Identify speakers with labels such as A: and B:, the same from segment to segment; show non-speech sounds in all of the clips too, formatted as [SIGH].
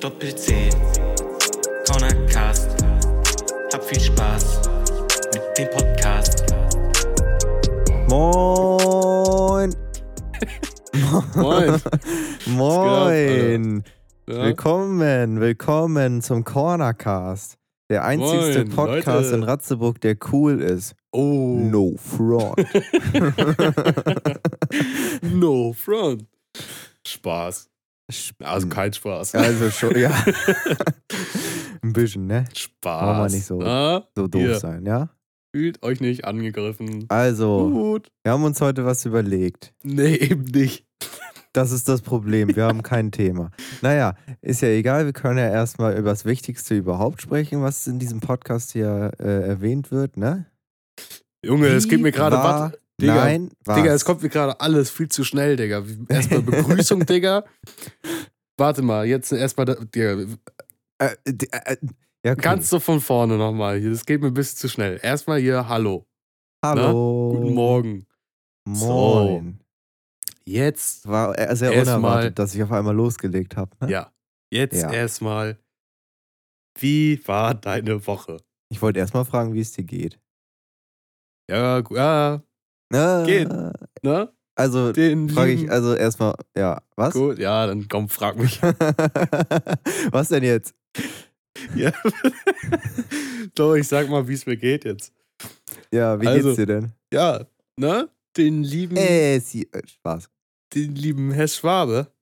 A: Doppel C, Cornercast. Hab viel Spaß mit dem Podcast.
B: Moin! [LAUGHS]
C: Moin.
B: Moin!
C: Ja?
B: Willkommen, willkommen zum Cornercast. Der einzigste
C: Moin,
B: Podcast
C: Leute.
B: in Ratzeburg, der cool ist.
C: Oh,
B: No fraud.
C: no front. Spaß. [LAUGHS] Also kein
B: [LAUGHS]
C: Spaß.
B: also schon, Hm. ja.
C: [LAUGHS]
B: Ein bisschen, ne?
C: Spaß.
B: Machen wir nicht so.
C: Na?
B: So doof
C: Hier.
B: sein, ja?
C: Fühlt euch nicht angegriffen.
B: Also,
C: Gut.
B: wir haben uns heute was überlegt.
C: Nee, eben nicht.
B: Das ist das Problem. Wir haben kein Thema. Naja, ist ja egal. Wir können ja erstmal über das Wichtigste überhaupt sprechen, was in diesem Podcast hier äh, erwähnt wird, ne?
C: Junge, es geht mir gerade
B: War-
C: was. Digga,
B: Nein, was?
C: Digga, es kommt mir gerade alles viel zu schnell, Digga.
B: [LAUGHS]
C: Erstmal Begrüßung, Digga. Warte mal, jetzt erstmal. da- Digga,
B: Äh, d- äh, ja, okay.
C: Ganz so von vorne nochmal. hier. Das geht mir ein bisschen zu schnell. Erstmal hier Hallo.
B: Hallo.
C: ne? Guten Morgen.
B: Moin.
C: Jetzt.
B: War äh, sehr
C: Erstmal-
B: unerwartet, dass ich auf einmal losgelegt habe. Ne?
C: Ja. Jetzt
B: Ja.
C: erstmal. Wie war deine Woche?
B: Ich wollte erstmal fragen, wie es dir geht.
C: Ja, gu- ja,
B: Äh,
C: Geht. ne?
B: Also
C: Den
B: frage ich,
C: lieben-
B: also erstmal, ja, was?
C: Gut, ja, dann komm, frag mich.
B: [LAUGHS] was denn jetzt?
C: [LAUGHS] Ja. so, ich sag mal, wie es mir geht jetzt.
B: Ja, wie
C: Also-
B: geht's dir denn?
C: Ja, ne? Den lieben,
B: Äh, sie, äh, Spaß.
C: den lieben Herr Schwabe,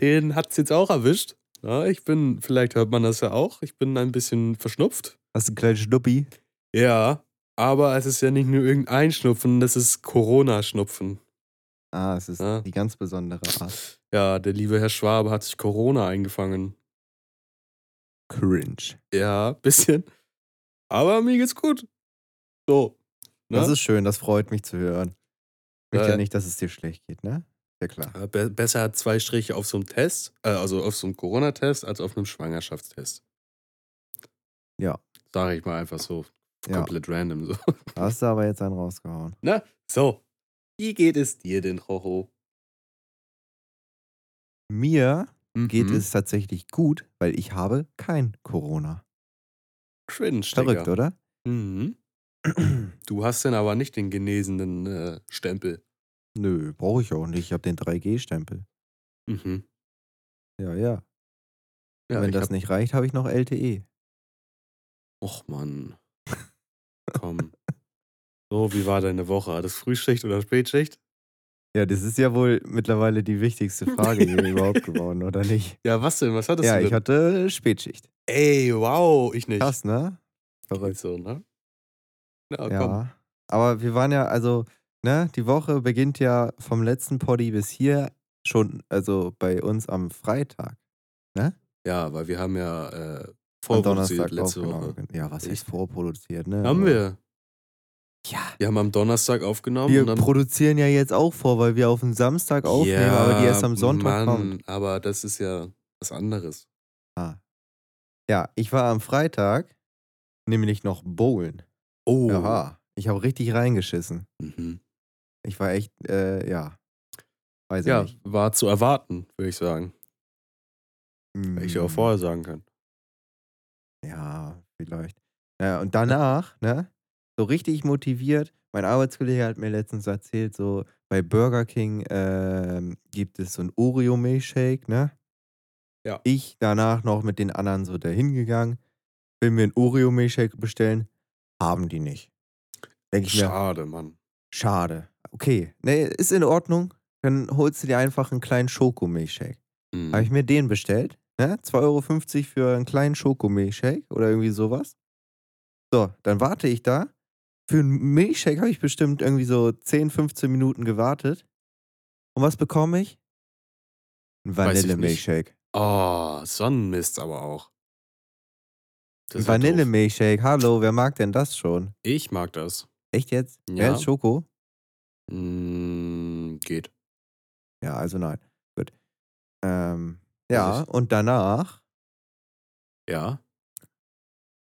C: den hat's jetzt auch erwischt. Ja, ich bin, vielleicht hört man das ja auch, ich bin ein bisschen verschnupft.
B: Hast du einen kleinen Schnuppi?
C: Ja, aber es ist ja nicht nur irgendein Schnupfen, das ist Corona-Schnupfen.
B: Ah, es ist
C: Ja.
B: die ganz besondere Art.
C: Ja, der liebe Herr Schwabe hat sich Corona eingefangen.
B: Cringe.
C: Ja, [LAUGHS] bisschen. Aber mir geht's gut. So. Ne?
B: Das ist schön, das freut mich zu hören. Ich möchte
C: Äh.
B: ja nicht, dass es dir schlecht geht, ne? Ja, klar.
C: Ja, Be besser zwei Striche auf so einem Test, äh, also auf so einem Corona-Test, als auf einem Schwangerschaftstest.
B: Ja.
C: Sage ich mal einfach so.
B: Ja.
C: Komplett random. So. [LAUGHS]
B: Da hast du aber jetzt einen rausgehauen.
C: so. Wie geht es dir denn, Rocho?
B: Mir geht
C: Mhm.
B: es tatsächlich gut, weil ich habe kein Corona.
C: Cringe, Digga.
B: Verrückt, oder? [CLEARS THROAT]
C: Mhm. Du hast denn aber nicht den genesenden äh, Stempel.
B: Nö, brauche ich auch nicht. Ich habe den 3G-Stempel.
C: Mhm.
B: Ja, ja.
C: Ja,
B: Wenn
C: ich
B: das
C: hab-
B: nicht reicht, habe ich noch E. LTE.
C: Och, [LAUGHS] Mann. Komm. So, wie war deine Woche? Hattest Frühschicht oder Spätschicht?
B: Ja, das ist ja wohl mittlerweile die wichtigste Frage [LAUGHS] hier überhaupt geworden, oder nicht?
C: Ja, was denn? Was hattest
B: Ja,
C: du
B: ich
C: denn?
B: hatte Spätschicht.
C: Ey, wow, ich nicht.
B: Krass, ne?
C: Verrückt. So, ne? Na,
B: Ja.
C: komm.
B: Aber wir waren ja, also, ne, die Woche beginnt ja vom letzten Poddy bis hier schon, also bei uns am Freitag.
C: Ja, weil wir haben ja äh,
B: Am
C: vorproduziert
B: Donnerstag
C: letzte Woche.
B: aufgenommen. Ja, was
C: Ich-
B: heißt vorproduziert, ne?
C: Haben
B: Aber-
C: wir.
B: Ja.
C: Wir haben am Donnerstag aufgenommen
B: Wir
C: und dann
B: produzieren ja jetzt auch vor, weil wir auf den Samstag aufnehmen,
C: ja,
B: aber die erst am Sonntag
C: Mann,
B: kommt.
C: Aber das ist ja was anderes.
B: Ah. Ja, ich war am Freitag nämlich noch bowlen.
C: Oh.
B: Aha. Ich habe richtig reingeschissen.
C: Mhm.
B: Ich war echt, äh, ja. Weiß
C: Ja,
B: ich nicht.
C: war zu erwarten, würde ich sagen. Hätte ich dir auch
B: Mm.
C: vorher sagen können.
B: Ja, vielleicht. Ja, und danach, ne, so richtig motiviert. Mein Arbeitskollege hat mir letztens erzählt, so bei Burger King ähm, gibt es so ein Oreo-Milchshake, ne?
C: Ja.
B: Ich danach noch mit den anderen so dahin gegangen, will mir ein Oreo-Milchshake bestellen, haben die nicht. Denke ich mir,
C: Schade, Mann.
B: schade. Okay, ne, ist in Ordnung. Dann holst du dir einfach einen kleinen Schokomilchshake.
C: Mhm.
B: Habe ich mir den bestellt. Ne? 2,50 Euro für einen kleinen Schokomilchshake oder irgendwie sowas. So, dann warte ich da. Für einen Milchshake habe ich bestimmt irgendwie so 10, 15 Minuten gewartet. Und was bekomme ich? Ein
C: Weiß ich nicht.
B: Vanillemilchshake.
C: Oh, Sonnenmist aber auch. Das
B: Ein
C: ist ja doof.
B: Vanillemilchshake. Hallo, wer mag denn das schon?
C: Ich mag das.
B: Echt jetzt?
C: Ja.
B: Mehr als Schoko?
C: Mm, geht.
B: Ja, also nein. Gut. Ähm,
C: Weiß
B: ja,
C: Also ich.
B: und danach
C: Ja.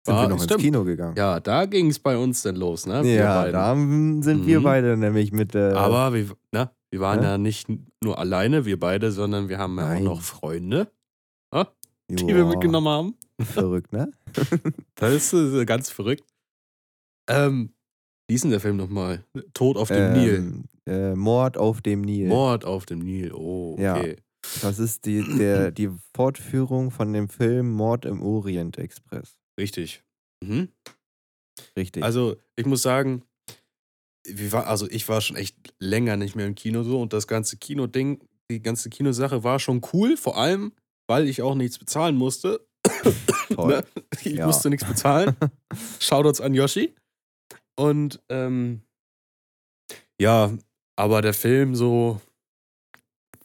B: sind
C: Ah,
B: wir noch
C: stimmt.
B: ins Kino gegangen.
C: Ja, da ging es bei uns dann los, ne? Wir
B: ja
C: beiden.
B: da haben- sind wir
C: Mhm.
B: beide nämlich mit. Äh,
C: Aber wir, ne, wir waren
B: ne?
C: ja nicht nur alleine, wir beide, sondern wir haben ja
B: Nein.
C: auch noch Freunde. die wir mitgenommen haben.
B: [LAUGHS] Verrückt, ne?
C: Das ist äh, ganz verrückt. Ähm, wie ist denn der Film nochmal? Tod auf dem Nil.
B: Ähm, Äh, Mord auf dem Nil.
C: Mord auf dem Nil. Oh,
B: Ja.
C: okay.
B: Das ist die,
C: [CLEARS THROAT]
B: der, die Fortführung von dem Film Mord im Orient Express.
C: Richtig. Mhm.
B: Richtig.
C: Also, ich muss sagen, wir war, also ich war schon echt länger nicht mehr im Kino so und das ganze Kino-Ding, die ganze Kinosache war schon cool, vor allem, weil ich auch nichts bezahlen musste. [LAUGHS]
B: Toll.
C: Ne? Ich
B: Ja.
C: musste nichts
B: [LAUGHS]
C: bezahlen. Shoutouts an Yoshi. Und ähm, ja, aber der Film so,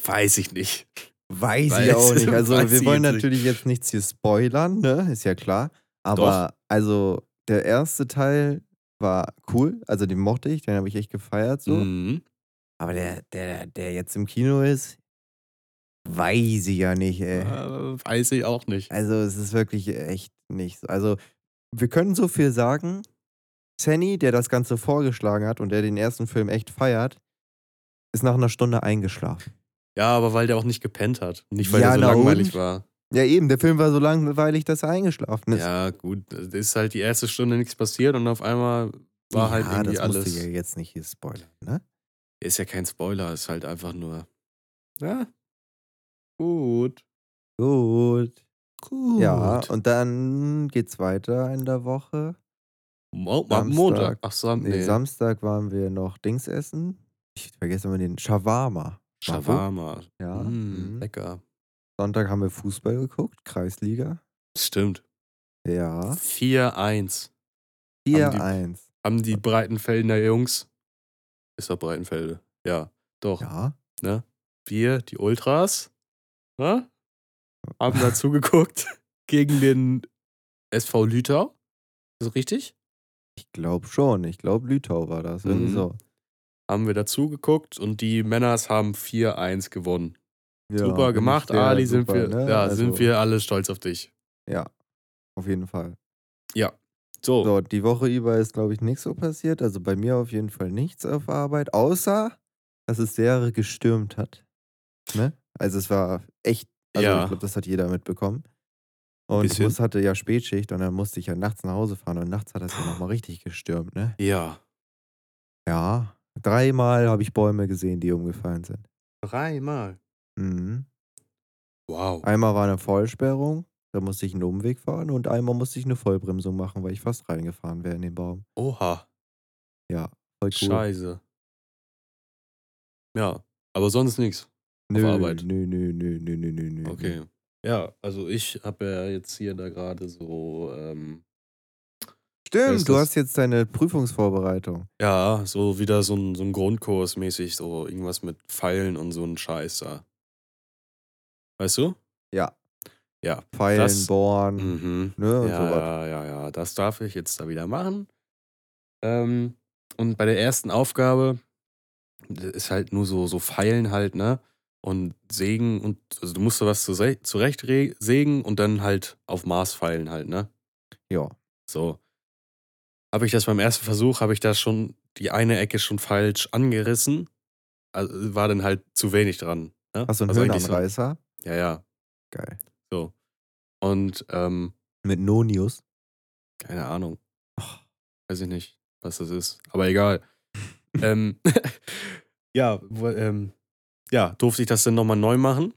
C: weiß ich nicht.
B: Weiß ich
C: Weiß-
B: auch nicht. Also
C: weiß
B: wir
C: ich
B: wollen
C: jetzt
B: natürlich jetzt nichts hier spoilern, ne? Ist ja klar. Aber also der erste Teil war cool, also den mochte ich, den habe ich echt gefeiert so.
C: Mhm.
B: Aber der, der, der jetzt im Kino ist, weiß ich ja nicht,
C: Äh,
B: ey.
C: weiß ich auch nicht.
B: Also es ist wirklich echt nichts. Also wir können so viel sagen. Sanny, der das Ganze vorgeschlagen hat und der den ersten Film echt feiert, ist nach einer Stunde eingeschlafen.
C: Ja, aber weil der auch nicht gepennt hat. Nicht, weil
B: Ja,
C: der so
B: na
C: langweilig
B: und?
C: war.
B: Ja eben, der Film war so langweilig, dass er eingeschlafen ist.
C: Ja, gut, das ist halt die erste Stunde nichts passiert und auf einmal war halt
B: ja,
C: irgendwie
B: das musste
C: alles.
B: ja jetzt nicht hier spoilern, ne?
C: Ist ja kein Spoiler, ist halt einfach nur. Ja. Gut.
B: Gut.
C: Gut.
B: Ja, und dann geht's weiter in der Woche.
C: Mo
B: Samstag.
C: Montag. Ach, Sam
B: Nee,
C: nee,
B: Samstag waren wir noch Dings essen. Ich vergesse immer den Shawarma.
C: Shawarma.
B: ne? Ja.
C: Mm,
B: mhm.
C: Lecker.
B: Sonntag haben wir Fußball geguckt, Kreisliga.
C: Stimmt.
B: Ja.
C: 4-1. die-
B: 4-1.
C: Haben die Breitenfeldener Jungs. Ist doch Breitenfelde. Ja, doch.
B: Ja.
C: Wir, die Ultras, ne? haben
B: [LAUGHS]
C: da zugeguckt gegen den SV Lütau. Ist das richtig?
B: Ich glaube schon. Ich glaube, Lütau war das. Irgendwie
C: Mhm.
B: so.
C: haben wir dazu geguckt und die Männers haben 4-1 gewonnen.
B: Ja, bin
C: super
B: ich
C: gemacht,
B: sehr
C: Ali,
B: super,
C: sind wir,
B: ne?
C: ja,
B: Also,
C: sind wir alle stolz auf dich.
B: Ja, auf jeden Fall.
C: So,
B: So, die Woche über ist, glaube ich, nichts so passiert. Also bei mir auf jeden Fall nichts auf Arbeit, außer, dass es sehr gestürmt hat. Ne? Also es war echt, also
C: Ja.
B: ich glaube, das hat jeder mitbekommen. Und ich
C: Bisschen.
B: muss, hatte ja Spätschicht und dann musste ich ja nachts nach Hause fahren und nachts hat es ja nochmal richtig gestürmt, ne?
C: ja.
B: Ja. Dreimal habe ich Bäume gesehen, die umgefallen sind.
C: Dreimal.
B: Mhm.
C: Wow.
B: Einmal war eine Vollsperrung, da musste ich einen Umweg fahren und einmal musste ich eine Vollbremsung machen, weil ich fast reingefahren wäre in den Baum.
C: Oha.
B: Ja, voll cool.
C: Scheiße. Ja, aber sonst nichts.
B: nö,
C: Arbeit.
B: Nö, nö, nö, nö, nö, nö, nö.
C: Okay. Ja, also ich habe ja jetzt hier da gerade so, ähm,
B: Stimmt,
C: Ist
B: du
C: das-
B: hast jetzt deine Prüfungsvorbereitung.
C: ja, so wieder so ein, so ein Grundkurs mäßig, so irgendwas mit Pfeilen und so ein Scheiß da. Weißt du?
B: Ja.
C: Ja.
B: Pfeilen,
C: Das-
B: bohren,
C: Mhm.
B: ne, und
C: ja,
B: sowas.
C: ja, ja, ja, das darf ich jetzt da wieder machen. Ähm, und bei der ersten Aufgabe das ist halt nur so, so Pfeilen halt, ne? Und sägen und also du musst da was zure- zurecht re- sägen und dann halt auf Maß feilen halt, ne?
B: Ja.
C: So. Habe ich das beim ersten Versuch, habe ich da schon die eine Ecke schon falsch angerissen. Also war dann halt zu wenig dran. Ne?
B: Hast du einen
C: also eigentlich so,
B: Höhenanreißer?
C: Ja, ja.
B: Geil.
C: So. Und ähm,
B: Mit Nonius.
C: keine Ahnung. weiß ich nicht, was das ist. Aber egal. ähm, [LAUGHS] ja, wo- ähm, ja, durfte ich das dann nochmal neu machen?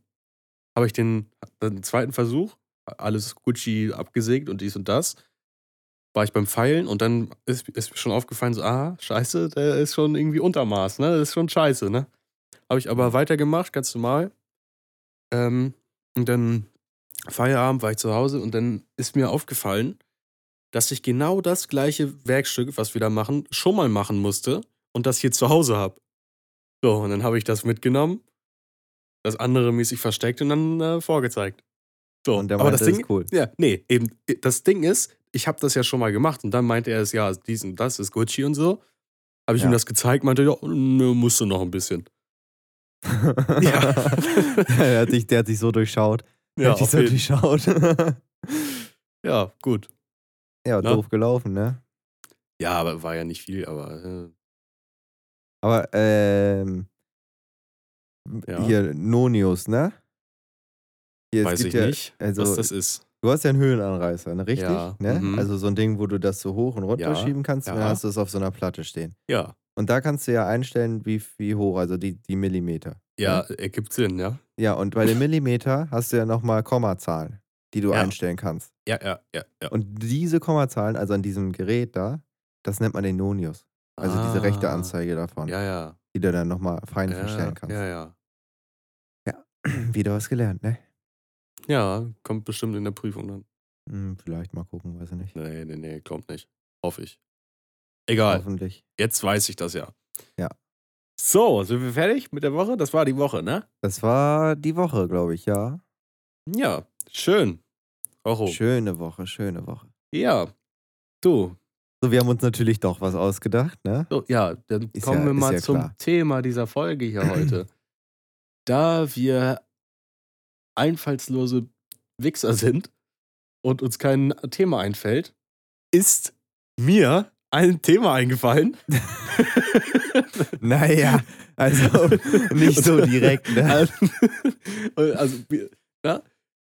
C: Habe ich den, den zweiten Versuch, alles Gucci abgesägt und dies und das. War ich beim Pfeilen und dann ist, ist mir schon aufgefallen, so, ah, scheiße, der ist schon irgendwie Untermaß, ne? Das ist schon scheiße, ne? Habe ich aber weitergemacht, ganz normal. Ähm, und dann Feierabend war ich zu Hause und dann ist mir aufgefallen, dass ich genau das gleiche Werkstück, was wir da machen, schon mal machen musste und das hier zu Hause habe. So, und dann habe ich das mitgenommen, das andere mäßig versteckt und dann äh, vorgezeigt. So,
B: Und der
C: Oh, aber
B: meinte,
C: das Ding,
B: ist cool.
C: ja, nee, eben. Das Ding ist, ich habe das ja schon mal gemacht und dann meinte er es, ja, dies und das ist Gucci und so. Habe ich
B: Ja.
C: ihm das gezeigt, meinte, ja, nö, musst du noch ein bisschen. [LAUGHS]
B: [LAUGHS]
C: Ja.
B: der, hat dich, der hat dich so durchschaut. Der
C: Ja,
B: hat dich
C: auf
B: so
C: jeden.
B: durchschaut. [LAUGHS]
C: ja gut.
B: ja,
C: Na?
B: doof gelaufen, ne?
C: Ja, aber war ja nicht viel, aber äh,
B: Aber, ähm,
C: Ja.
B: hier, Nonius, ne? Hier, es
C: Weiß
B: gibt
C: ich
B: ja,
C: nicht,
B: also-
C: was das ist.
B: Du hast ja einen Höhenanreißer, ne? richtig?
C: Ja,
B: Ne?
C: mhm.
B: Also so ein Ding, wo du das so hoch und runter
C: Ja,
B: schieben kannst und dann
C: ja.
B: hast du es auf so einer Platte stehen.
C: Ja.
B: Und da kannst du ja einstellen, wie, wie hoch, also die, die Millimeter.
C: Ja, ergibt Sinn, ja.
B: Ja, und
C: [LAUGHS]
B: bei den Millimeter hast du ja nochmal Kommazahlen, die du
C: Ja.
B: einstellen kannst.
C: Ja, ja, ja, ja.
B: Und diese Kommazahlen, also an diesem Gerät da, das nennt man den Nonius. Also diese rechte
C: Ah,
B: Anzeige davon,
C: Ja, ja.
B: die du dann nochmal fein
C: Ja,
B: verstellen kannst.
C: ja, ja.
B: [CLEARS THROAT] Wieder was gelernt, ne?
C: Ja, kommt bestimmt in der Prüfung dann.
B: Hm, vielleicht mal gucken, weiß ich nicht.
C: Nee, nee, nee, kommt nicht. Hoffe ich. Egal,
B: Hoffentlich.
C: jetzt weiß ich das ja.
B: Ja.
C: So, sind wir fertig mit der Woche? Das war die Woche, ne?
B: Das war die Woche, glaube ich, ja.
C: Ja, schön. Oho.
B: Schöne Woche, schöne Woche.
C: Ja. Du,
B: So, wir haben uns natürlich doch was ausgedacht,
C: [LAUGHS]
B: ne?
C: so, ja, dann
B: Ist
C: kommen
B: ja-
C: wir
B: ist
C: mal
B: ja
C: zum
B: klar.
C: Thema dieser
B: [CLEARS THROAT]
C: Folge hier heute. da wir einfallslose Wichser sind und uns kein Thema einfällt, ist mir ein Thema
B: [LAUGHS]
C: eingefallen. [LAUGHS]
B: Naja,
C: [LAUGHS]
B: also nicht so direkt, ne?
C: Also, also wir- ja,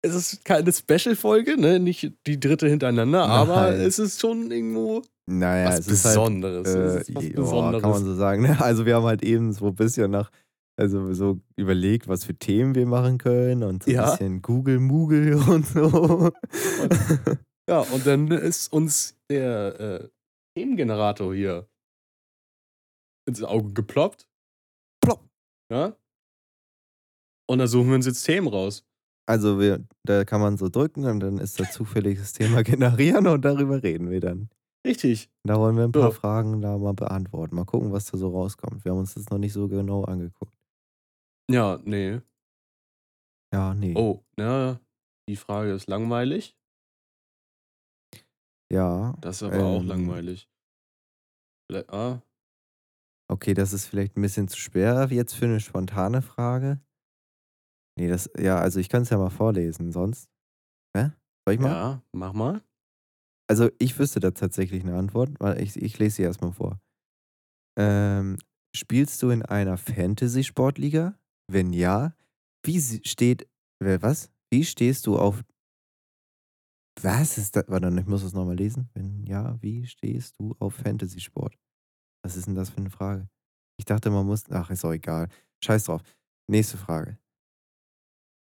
C: es ist keine Special-Folge, ne? nicht die dritte hintereinander, aber
B: Nein.
C: es ist schon irgendwo
B: Naja,
C: was
B: halt. es ist halt,
C: Besonderes.
B: äh,
C: es ist was
B: ja,
C: Besonderes.
B: kann man so sagen. ne? Also wir haben halt eben so ein bisschen nach, also so überlegt, was für Themen wir machen können und so ein
C: Ja.
B: bisschen Google-Mugel [LAUGHS] und so.
C: ja, und dann ist uns der äh, Themengenerator hier ins Auge geploppt.
B: Plopp.
C: Ja? Und da suchen wir uns jetzt Themen raus.
B: Also wir, da kann man so drücken und dann ist da zufällig das Thema generieren und darüber reden wir dann.
C: Richtig.
B: Da wollen wir ein paar
C: Ja.
B: Fragen da mal beantworten. Mal gucken, was da so rauskommt. Wir haben uns das noch nicht so genau angeguckt.
C: Ja, nee.
B: Ja, nee.
C: Oh, na, die Frage ist langweilig.
B: Ja.
C: Das ist aber auch
B: Ähm.
C: langweilig. Vielleicht, ah,
B: Okay, das ist vielleicht ein bisschen zu schwer jetzt für eine spontane Frage. Nee, das, ja, also ich kann es ja mal vorlesen, sonst. Ne? Soll ich mal?
C: Ja, mach mal.
B: Also ich wüsste da tatsächlich eine Antwort, weil ich, ich lese sie erstmal vor. Ähm, spielst du in einer Fantasy-Sportliga? Wenn ja, wie sie- steht, wer- was? Wie stehst du auf, was ist das? Warte, ich muss das nochmal lesen. Wenn ja, wie stehst du auf Fantasy-Sport? Was ist denn das für eine Frage? Ich dachte, man muss, ach, ist auch egal. Scheiß drauf. Nächste Frage.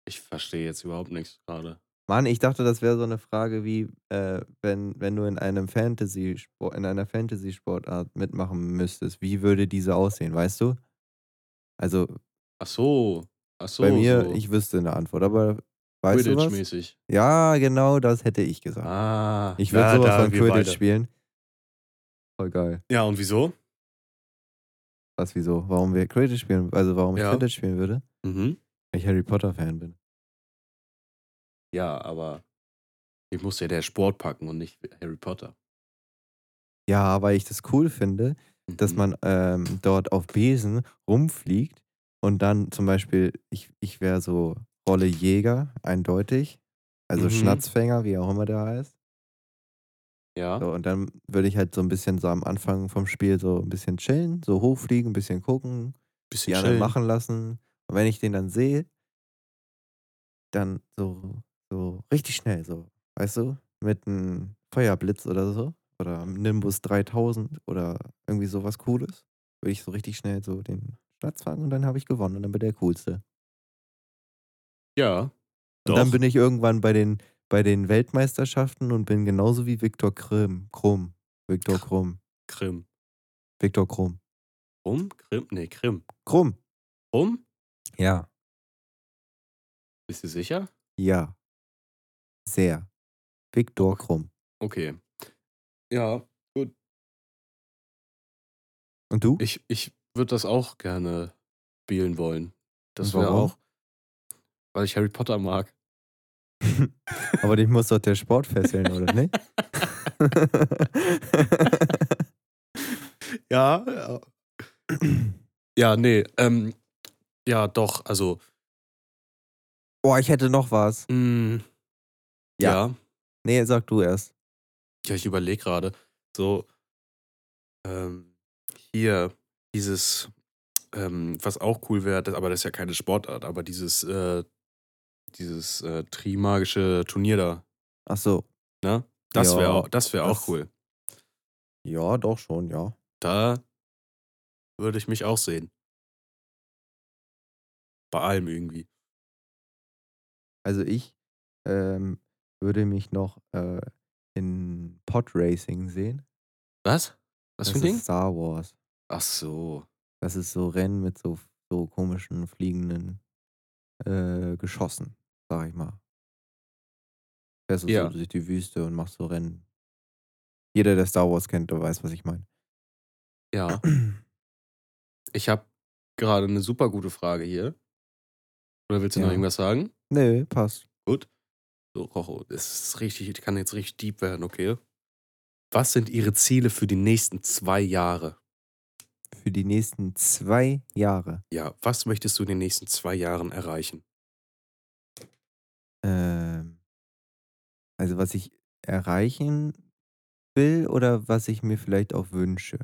C: Ich verstehe jetzt überhaupt nichts gerade.
B: Mann, ich dachte, das wäre so eine Frage wie, äh, wenn, wenn du in einem Fantasy in einer Fantasy-Sportart mitmachen müsstest, wie würde diese aussehen, weißt du? Also
C: Ach so. Ach so.
B: bei mir,
C: so.
B: ich wüsste eine Antwort, aber weißt du was?
C: Quidditch-mäßig.
B: Ja, genau, das hätte ich gesagt.
C: Ah.
B: ich würde
C: ja,
B: sowas
C: da
B: von
C: wir
B: Quidditch
C: beide.
B: spielen. Voll geil.
C: Ja, und wieso?
B: Was, wieso? Warum wir Quidditch spielen, also warum ich
C: Ja.
B: Quidditch spielen würde?
C: Mhm.
B: Weil ich Harry Potter-Fan bin.
C: Ja, aber ich muss ja der Sport packen und nicht Harry Potter.
B: Ja, weil ich das cool finde,
C: Mhm.
B: dass man ähm, dort auf Besen rumfliegt und dann zum Beispiel, ich, ich wäre so Rolle Jäger, eindeutig. Also
C: Mhm.
B: Schnatzfänger, wie auch immer der heißt.
C: Ja.
B: So, und dann würde ich halt so ein bisschen so am Anfang vom Spiel so ein bisschen chillen, so hochfliegen, ein bisschen gucken,
C: bisschen
B: die anderen
C: chillen.
B: machen lassen. Und wenn ich den dann sehe, dann so, so richtig schnell, so, weißt du, mit einem Feuerblitz oder so, oder einem Nimbus 3000 oder irgendwie sowas Cooles, würde ich so richtig schnell so den Platz fangen und dann habe ich gewonnen und dann bin der Coolste.
C: Ja.
B: Und
C: Doch.
B: dann bin ich irgendwann bei den, bei den Weltmeisterschaften und bin genauso wie Viktor Krumm. Krumm. Viktor Krumm.
C: Krim.
B: Viktor Krumm.
C: Krumm? Krim? Nee, Krim.
B: Krumm.
C: Krumm?
B: Ja.
C: Bist du sicher?
B: Ja. Sehr. Viktor Krumm.
C: Okay. Ja,
B: Und du?
C: ich, ich würde das auch gerne spielen wollen. Das
B: Und
C: wäre
B: warum?
C: auch, weil ich Harry Potter mag.
B: Aber dich muss doch der Sport fesseln,
C: [LAUGHS]
B: oder nicht? [LAUGHS]
C: Ja, ja. Ja, nee. Ähm, ja, doch, also.
B: Boah, ich hätte noch was.
C: Mh,
B: Hm. Ja.
C: ja. ja.
B: Nee, sag du erst.
C: ich überlege gerade. So, ähm, hier, dieses, ähm, was auch cool wäre, das- aber das ist ja keine Sportart, aber dieses äh, dieses äh, trimagische Turnier da.
B: Ach so.
C: Ne? Das
B: Ja,
C: wäre auch, das wär auch
B: das-
C: cool.
B: Ja, doch schon, ja.
C: Da würde ich mich auch sehen. Bei allem irgendwie.
B: Also ich ähm, würde mich noch äh, in Podracing sehen.
C: Was? Was für ein
B: das
C: Ding?
B: Ist Star Wars.
C: Ach so.
B: Das ist so Rennen mit so, so komischen fliegenden äh, Geschossen, sag ich mal. Fährst du
C: Ja.
B: so durch die Wüste und machst so Rennen. Jeder, der Star Wars kennt, der weiß, was ich meine.
C: Ja. [CLEARS THROAT] Ich habe gerade eine super gute Frage hier. Oder willst du noch
B: Ja.
C: irgendwas sagen?
B: Nö, Ne, passt.
C: So, Rocho, es ist richtig, ich kann jetzt richtig deep werden, okay? Was sind Ihre Ziele für die nächsten zwei Jahre?
B: Für die nächsten zwei Jahre.
C: Ja, was möchtest du in den nächsten zwei Jahren erreichen?
B: Ähm, also was ich erreichen will oder was ich mir vielleicht auch wünsche.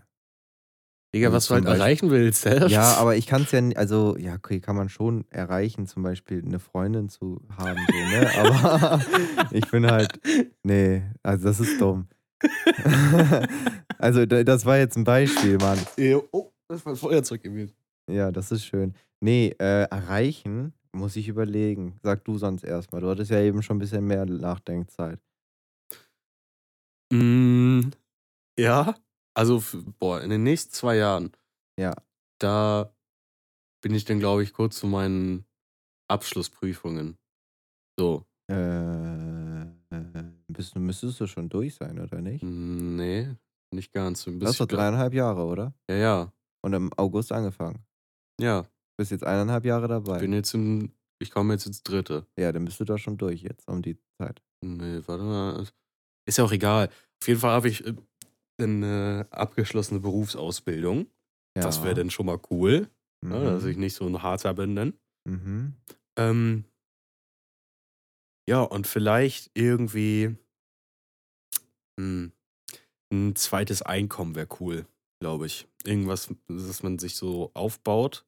C: Digga,
B: Also
C: was du
B: zum
C: halt
B: Beispiel-
C: erreichen willst, hä?
B: Ja,
C: [LAUGHS]
B: aber ich kann es ja, n- also, ja, okay, kann man schon erreichen, zum Beispiel eine Freundin zu haben, so, ne? Aber [LAUGHS] ich bin halt, nee, also das ist dumm. [LAUGHS] also, da- das war jetzt ein Beispiel, Mann.
C: Äh, Oh, das war ein Feuerzeug gewesen.
B: Ja, das ist schön. Nee, äh, erreichen muss ich überlegen. Sag du sonst erstmal. Du hattest ja eben schon ein bisschen mehr Nachdenkzeit.
C: Mm, ja, also, f- boah, in den nächsten zwei Jahren.
B: Ja.
C: Da bin ich dann, glaube ich, kurz zu meinen Abschlussprüfungen. So,
B: Äh, äh, bist, du- müsstest du schon durch sein, oder nicht?
C: mm, nee, nicht ganz. Ein
B: Das ist doch
C: bisschen-
B: dreieinhalb Jahre, oder?
C: Ja, ja,
B: Und im August angefangen.
C: ja.
B: Bist jetzt eineinhalb Jahre dabei.
C: Ich bin jetzt im. Ich komme jetzt ins dritte.
B: Ja, dann bist du da schon durch jetzt um die Zeit.
C: Nee, warte mal. Ist ja auch egal. Auf jeden Fall habe ich äh, eine abgeschlossene Berufsausbildung.
B: Ja.
C: Das wäre dann schon mal cool,
B: mhm.
C: ne, dass ich nicht so ein harter bin dann.
B: Mhm.
C: Ähm, ja, und vielleicht irgendwie hm, ein zweites Einkommen wäre cool, glaube ich. Irgendwas, dass man sich so aufbaut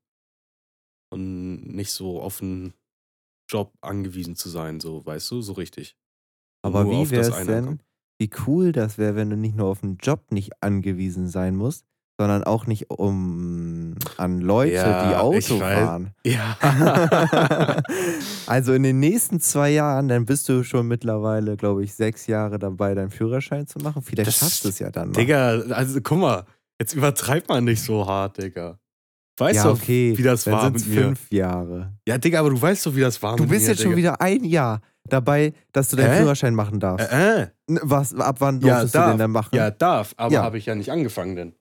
C: und nicht so auf einen Job angewiesen zu sein, so, weißt du, so richtig.
B: Aber
C: Nur auf
B: wie
C: das
B: wäre es
C: eine
B: denn,
C: Einkommen. [LAUGHS]
B: wie cool das wäre, wenn du nicht nur auf den Job nicht angewiesen sein musst, sondern auch nicht um an Leute, die
C: Ja, ich
B: Auto
C: weiß.
B: fahren. [LAUGHS]
C: Ja.
B: also in den nächsten zwei Jahren, dann bist du schon mittlerweile, glaube ich, sechs Jahre dabei, deinen Führerschein zu machen. Vielleicht
C: Das-
B: schaffst du es ja dann mal.
C: Digga, also guck mal, jetzt übertreibt man nicht so hart, Digga. Weißt
B: ja,
C: du,
B: okay.
C: wie das
B: dann
C: war
B: sind's
C: mit mir?
B: fünf Jahre.
C: ja, Digga, aber du weißt doch, wie das war
B: Du
C: mit
B: bist
C: mir,
B: jetzt schon
C: Digga.
B: wieder ein Jahr dabei, dass du deinen
C: Hä?
B: Führerschein machen darfst.
C: Äh, äh.
B: N- Was, ab wann
C: Ja,
B: durftest du
C: darf.
B: den dann machen?
C: Ja, darf, aber
B: Ja.
C: habe ich ja nicht angefangen denn.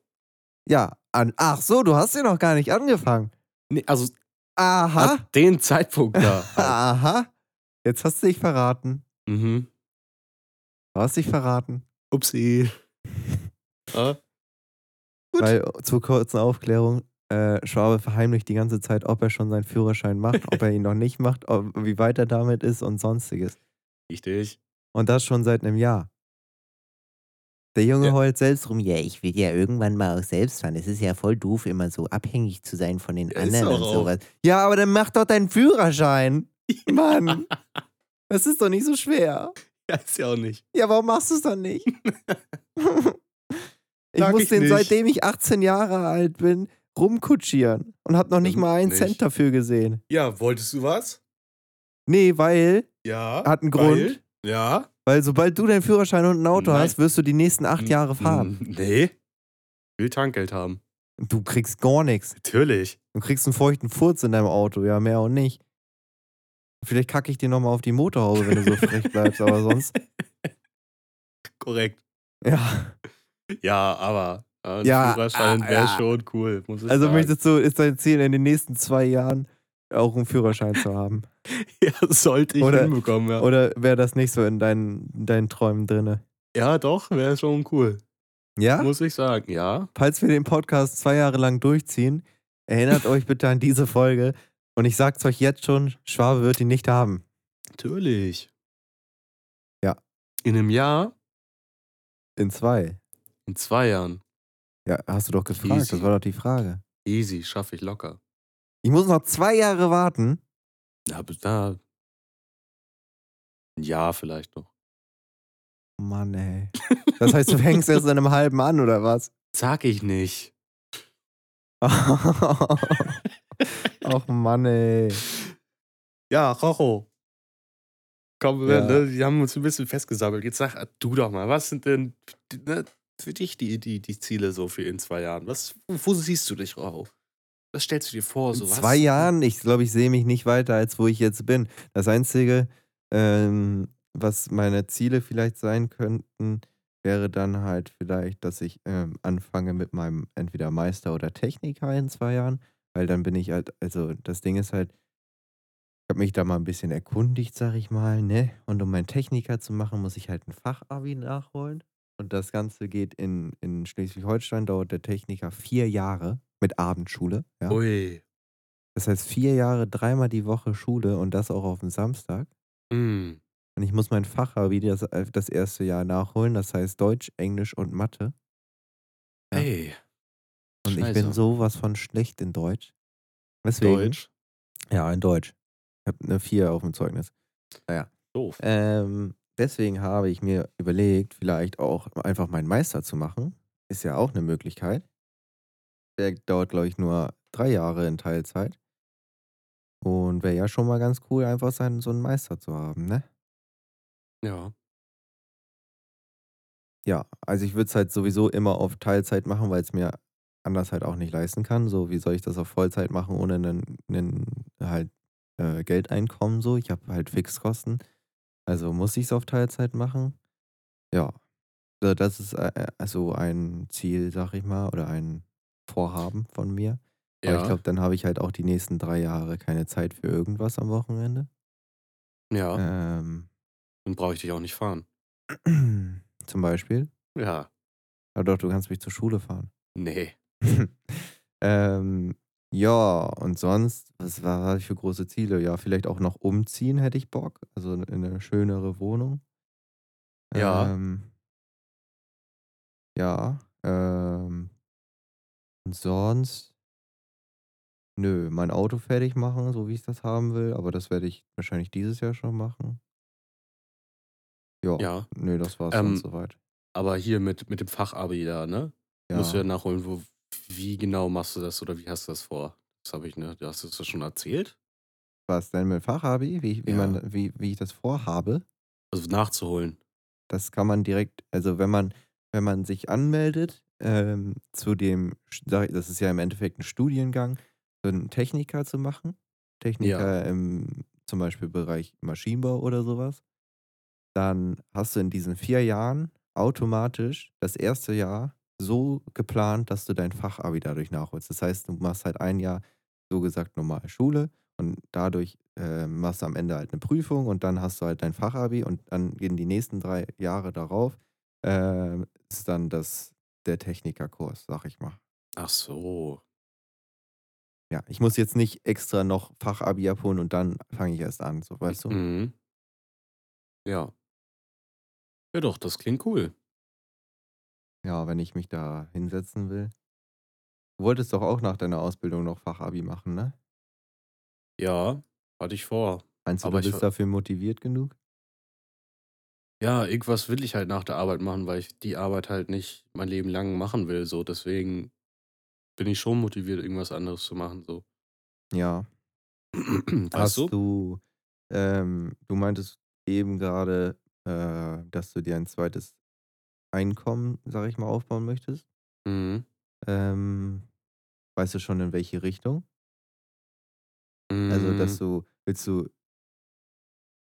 B: Ja, an, ach so, du hast ja noch gar nicht angefangen.
C: Nee, also
B: Aha.
C: ab dem Zeitpunkt
B: [LAUGHS]
C: da.
B: Aha. Jetzt hast du dich verraten.
C: mhm.
B: Du hast dich verraten.
C: Upsi. Ah, Gut.
B: Weil äh, zur kurzen Aufklärung, äh, Schwabe verheimlicht die ganze Zeit, ob er schon seinen Führerschein macht, ob er ihn noch nicht macht, ob, wie weit er damit ist und sonstiges.
C: richtig.
B: Und das schon seit einem Jahr. Der Junge
C: Ja.
B: heult selbst
D: drum, ja, ich will ja irgendwann mal auch selbst fahren. Es ist ja voll doof, immer so abhängig zu sein von den
C: Ja, ist
D: anderen
C: doch
D: und
C: auch.
D: sowas.
B: Ja, aber dann mach doch deinen
C: [LAUGHS]
B: Führerschein. Mann. Das ist doch nicht so schwer.
C: Ja, ist ja auch nicht.
B: Ja, warum machst du es dann nicht? [LAUGHS] ich
C: Sag
B: muss
C: ich
B: den,
C: nicht.
B: seitdem ich 18 Jahre alt bin, rumkutschieren und hab noch nicht
C: Stimmt
B: mal einen
C: Hm, nicht.
B: Cent dafür gesehen.
C: Ja, wolltest du was?
B: Nee, weil,
C: Ja.
B: hat einen
C: weil-
B: Grund,
C: Ja.
B: weil sobald du deinen Führerschein und ein Auto
C: Nein.
B: hast, wirst du die nächsten acht Jahre fahren.
C: Mm, Nee. Will Tankgeld haben.
B: Du kriegst gar nichts.
C: Natürlich.
B: Du kriegst einen feuchten Furz in deinem Auto, ja, mehr auch nicht. Vielleicht kacke ich dir nochmal auf die Motorhaube, wenn du so
C: [LAUGHS]
B: frech bleibst, aber sonst.
C: Korrekt.
B: Ja.
C: Ja, aber äh, ein
B: Ja,
C: Führerschein
B: ah,
C: wäre
B: ja.
C: schon cool. Muss ich
B: Also
C: sagen.
B: möchtest du, ist dein Ziel in den nächsten zwei Jahren auch einen Führerschein zu haben?
C: [LAUGHS] Ja, sollte ich
B: Oder-
C: hinbekommen, ja.
B: Oder wäre das nicht so in deinen, in deinen Träumen drinne?
C: ja, doch, wäre schon cool.
B: Ja?
C: Muss ich sagen, ja.
B: Falls wir den Podcast zwei Jahre lang durchziehen, erinnert euch bitte an diese Folge. Und ich sag's euch jetzt schon, Schwabe wird ihn nicht haben.
C: Natürlich.
B: Ja.
C: In einem Jahr,
B: In zwei.
C: in zwei Jahren.
B: Ja, hast du doch gefragt.
C: Easy.
B: Das war doch die Frage.
C: Easy, schaffe ich locker.
B: Ich muss noch zwei Jahre warten.
C: Ja, bis da Ein Jahr vielleicht noch.
B: Mann, ey. Das heißt, du fängst erst in einem halben an, oder was? [LAUGHS]
C: Sag ich nicht.
B: Ach Mann, ey.
C: Ja, Rocho. Komm,
B: Ja.
C: ne, die haben uns ein bisschen festgesammelt. Jetzt sag du doch mal, was sind denn ne, für dich die, die, die Ziele so für in zwei Jahren? Was, wo siehst du dich, Rocho? Was stellst du dir vor? So,
B: In
C: was?
B: zwei Jahren, ich glaube, ich sehe mich nicht weiter, als wo ich jetzt bin. Das Einzige, ähm, was meine Ziele vielleicht sein könnten, wäre dann halt vielleicht, dass ich ähm, anfange mit meinem entweder Meister oder Techniker in zwei Jahren, weil dann bin ich halt, also das Ding ist halt, ich habe mich da mal ein bisschen erkundigt, sag ich mal, ne? Und um meinen Techniker zu machen, muss ich halt ein Fachabi nachholen. Und das Ganze geht in, in Schleswig-Holstein, dauert der Techniker vier Jahre mit Abendschule. Ja?
C: Ui.
B: Das heißt, vier Jahre, dreimal die Woche Schule und das auch auf dem Samstag.
C: Mm.
B: Und ich muss mein Fachabi das, äh, das erste Jahr nachholen. Das heißt Deutsch, Englisch und Mathe. Ja.
C: Ey.
B: Und ich bin sowas von schlecht in Deutsch. Deswegen,
C: Deutsch.
B: Ja, in Deutsch. Ich habe eine vier auf dem Zeugnis.
C: Doof.
B: Ähm, deswegen habe ich mir überlegt, vielleicht auch einfach meinen Meister zu machen. Ist ja auch eine Möglichkeit. Der dauert, glaube ich, nur drei Jahre in Teilzeit. Und wäre ja schon mal ganz cool, einfach seinen, so einen Meister zu haben, ne?
C: Ja.
B: Ja, also ich würde es halt sowieso immer auf Teilzeit machen, weil es mir anders halt auch nicht leisten kann. So, wie soll ich das auf Vollzeit machen ohne einen, einen halt äh, Geldeinkommen so? Ich habe halt Fixkosten. Also muss ich es auf Teilzeit machen? Ja. So, das ist äh, äh, also ein Ziel, sag ich mal, oder ein Vorhaben von mir. Aber
C: Ja.
B: ich glaube, dann habe ich halt auch die nächsten drei Jahre keine Zeit für irgendwas am Wochenende.
C: ja.
B: Ähm, [CLEARS THROAT]
C: Dann brauche ich dich auch nicht fahren.
B: zum Beispiel.
C: Ja.
B: Aber doch, du kannst mich zur Schule fahren.
C: Nee.
B: [LAUGHS] ähm, ja, und sonst, was war was hatte ich für große Ziele? Ja, vielleicht auch noch umziehen hätte ich Bock. Also in eine schönere Wohnung.
C: Ja.
B: Ähm, ja. Ähm, und sonst. Nö, mein Auto fertig machen, so wie ich das haben will, aber das werde ich wahrscheinlich dieses Jahr schon machen. Ja,
C: Ja.
B: nö, das war's
C: Ähm,
B: dann soweit.
C: Aber hier mit, mit dem Fachabi da, ne?
B: Ja.
C: Musst du ja nachholen, wo, wie genau machst du das oder wie hast du das vor? Das habe ich, ne? Hast du das schon erzählt?
B: Was denn mit Fachabi? Wie, ich- wie,
C: Ja.
B: man, wie, wie ich das vorhabe?
C: Also nachzuholen.
B: Das kann man direkt, also wenn man, wenn man sich anmeldet, ähm, zu dem, sag ich- das ist ja im Endeffekt ein Studiengang, so einen Techniker zu machen. Techniker im zum Beispiel Bereich Maschinenbau oder sowas, dann hast du in diesen vier Jahren automatisch das erste Jahr so geplant, dass du dein Fachabi dadurch nachholst. Das heißt, du machst halt ein Jahr, so gesagt, normal Schule und dadurch äh, machst du am Ende halt eine Prüfung und dann hast du halt dein Fachabi und dann gehen die nächsten drei Jahre darauf, äh, ist dann das, der Technikerkurs, sag ich mal.
C: Ach so.
B: Ja, ich muss jetzt nicht extra noch Fachabi abholen und dann fange ich erst an, so weißt du?
C: Mhm. Ja. Ja, doch, das klingt cool.
B: Ja, wenn ich mich da hinsetzen will. Du wolltest doch auch nach deiner Ausbildung noch Fachabi machen, ne?
C: Ja, hatte ich vor.
B: Meinst du,
C: Aber
B: du
C: ich
B: bist
C: ver-
B: dafür motiviert genug?
C: Ja, irgendwas will ich halt nach der Arbeit machen, weil ich die Arbeit halt nicht mein Leben lang machen will. So, deswegen bin ich schon motiviert, irgendwas anderes zu machen. So. [CLEARS THROAT]
B: Ja.
C: Weißt
B: Hast
C: du?
B: du, ähm, du meintest eben gerade, äh, dass du dir ein zweites Einkommen, sag ich mal, aufbauen möchtest.
C: Mhm.
B: Ähm, weißt du schon, in welche Richtung? Also,
C: Mhm.
B: dass du, willst du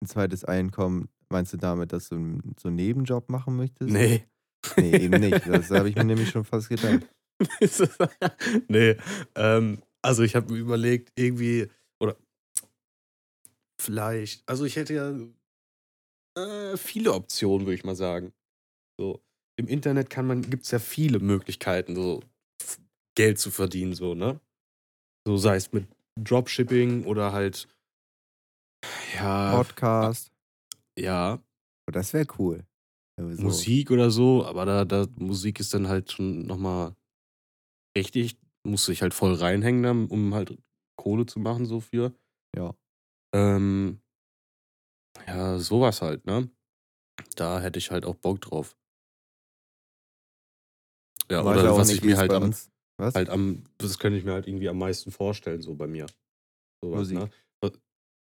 B: ein zweites Einkommen, meinst du damit, dass du n- so einen Nebenjob machen möchtest?
C: Nee.
B: Nee, eben nicht. Das habe
C: [LAUGHS]
B: ich mir nämlich schon fast gedacht.
C: nee. Ähm, also ich habe mir überlegt, irgendwie, oder vielleicht, also ich hätte ja äh, viele Optionen, würde ich mal sagen. So, im Internet kann man, gibt es ja viele Möglichkeiten, so f- Geld zu verdienen, so, ne? So sei es mit Dropshipping oder halt ja,
B: Podcast.
C: ja,
B: Oh, das wäre cool. Wenn wir so-
C: Musik oder so, aber da, da Musik ist dann halt schon nochmal richtig, musst dich halt voll reinhängen, dann, um halt Kohle zu machen, so für.
B: Ja.
C: Ähm, ja, Ja, sowas halt, ne? Da hätte ich halt auch Bock drauf. Ja,
B: War
C: oder
B: auch
C: was
B: nicht,
C: ich
B: wie
C: mir
B: es
C: halt
B: bei
C: am,
B: uns- Was?
C: halt am, das könnte ich mir halt irgendwie am meisten vorstellen, so bei mir. Sowas,
B: Musik.
C: ne?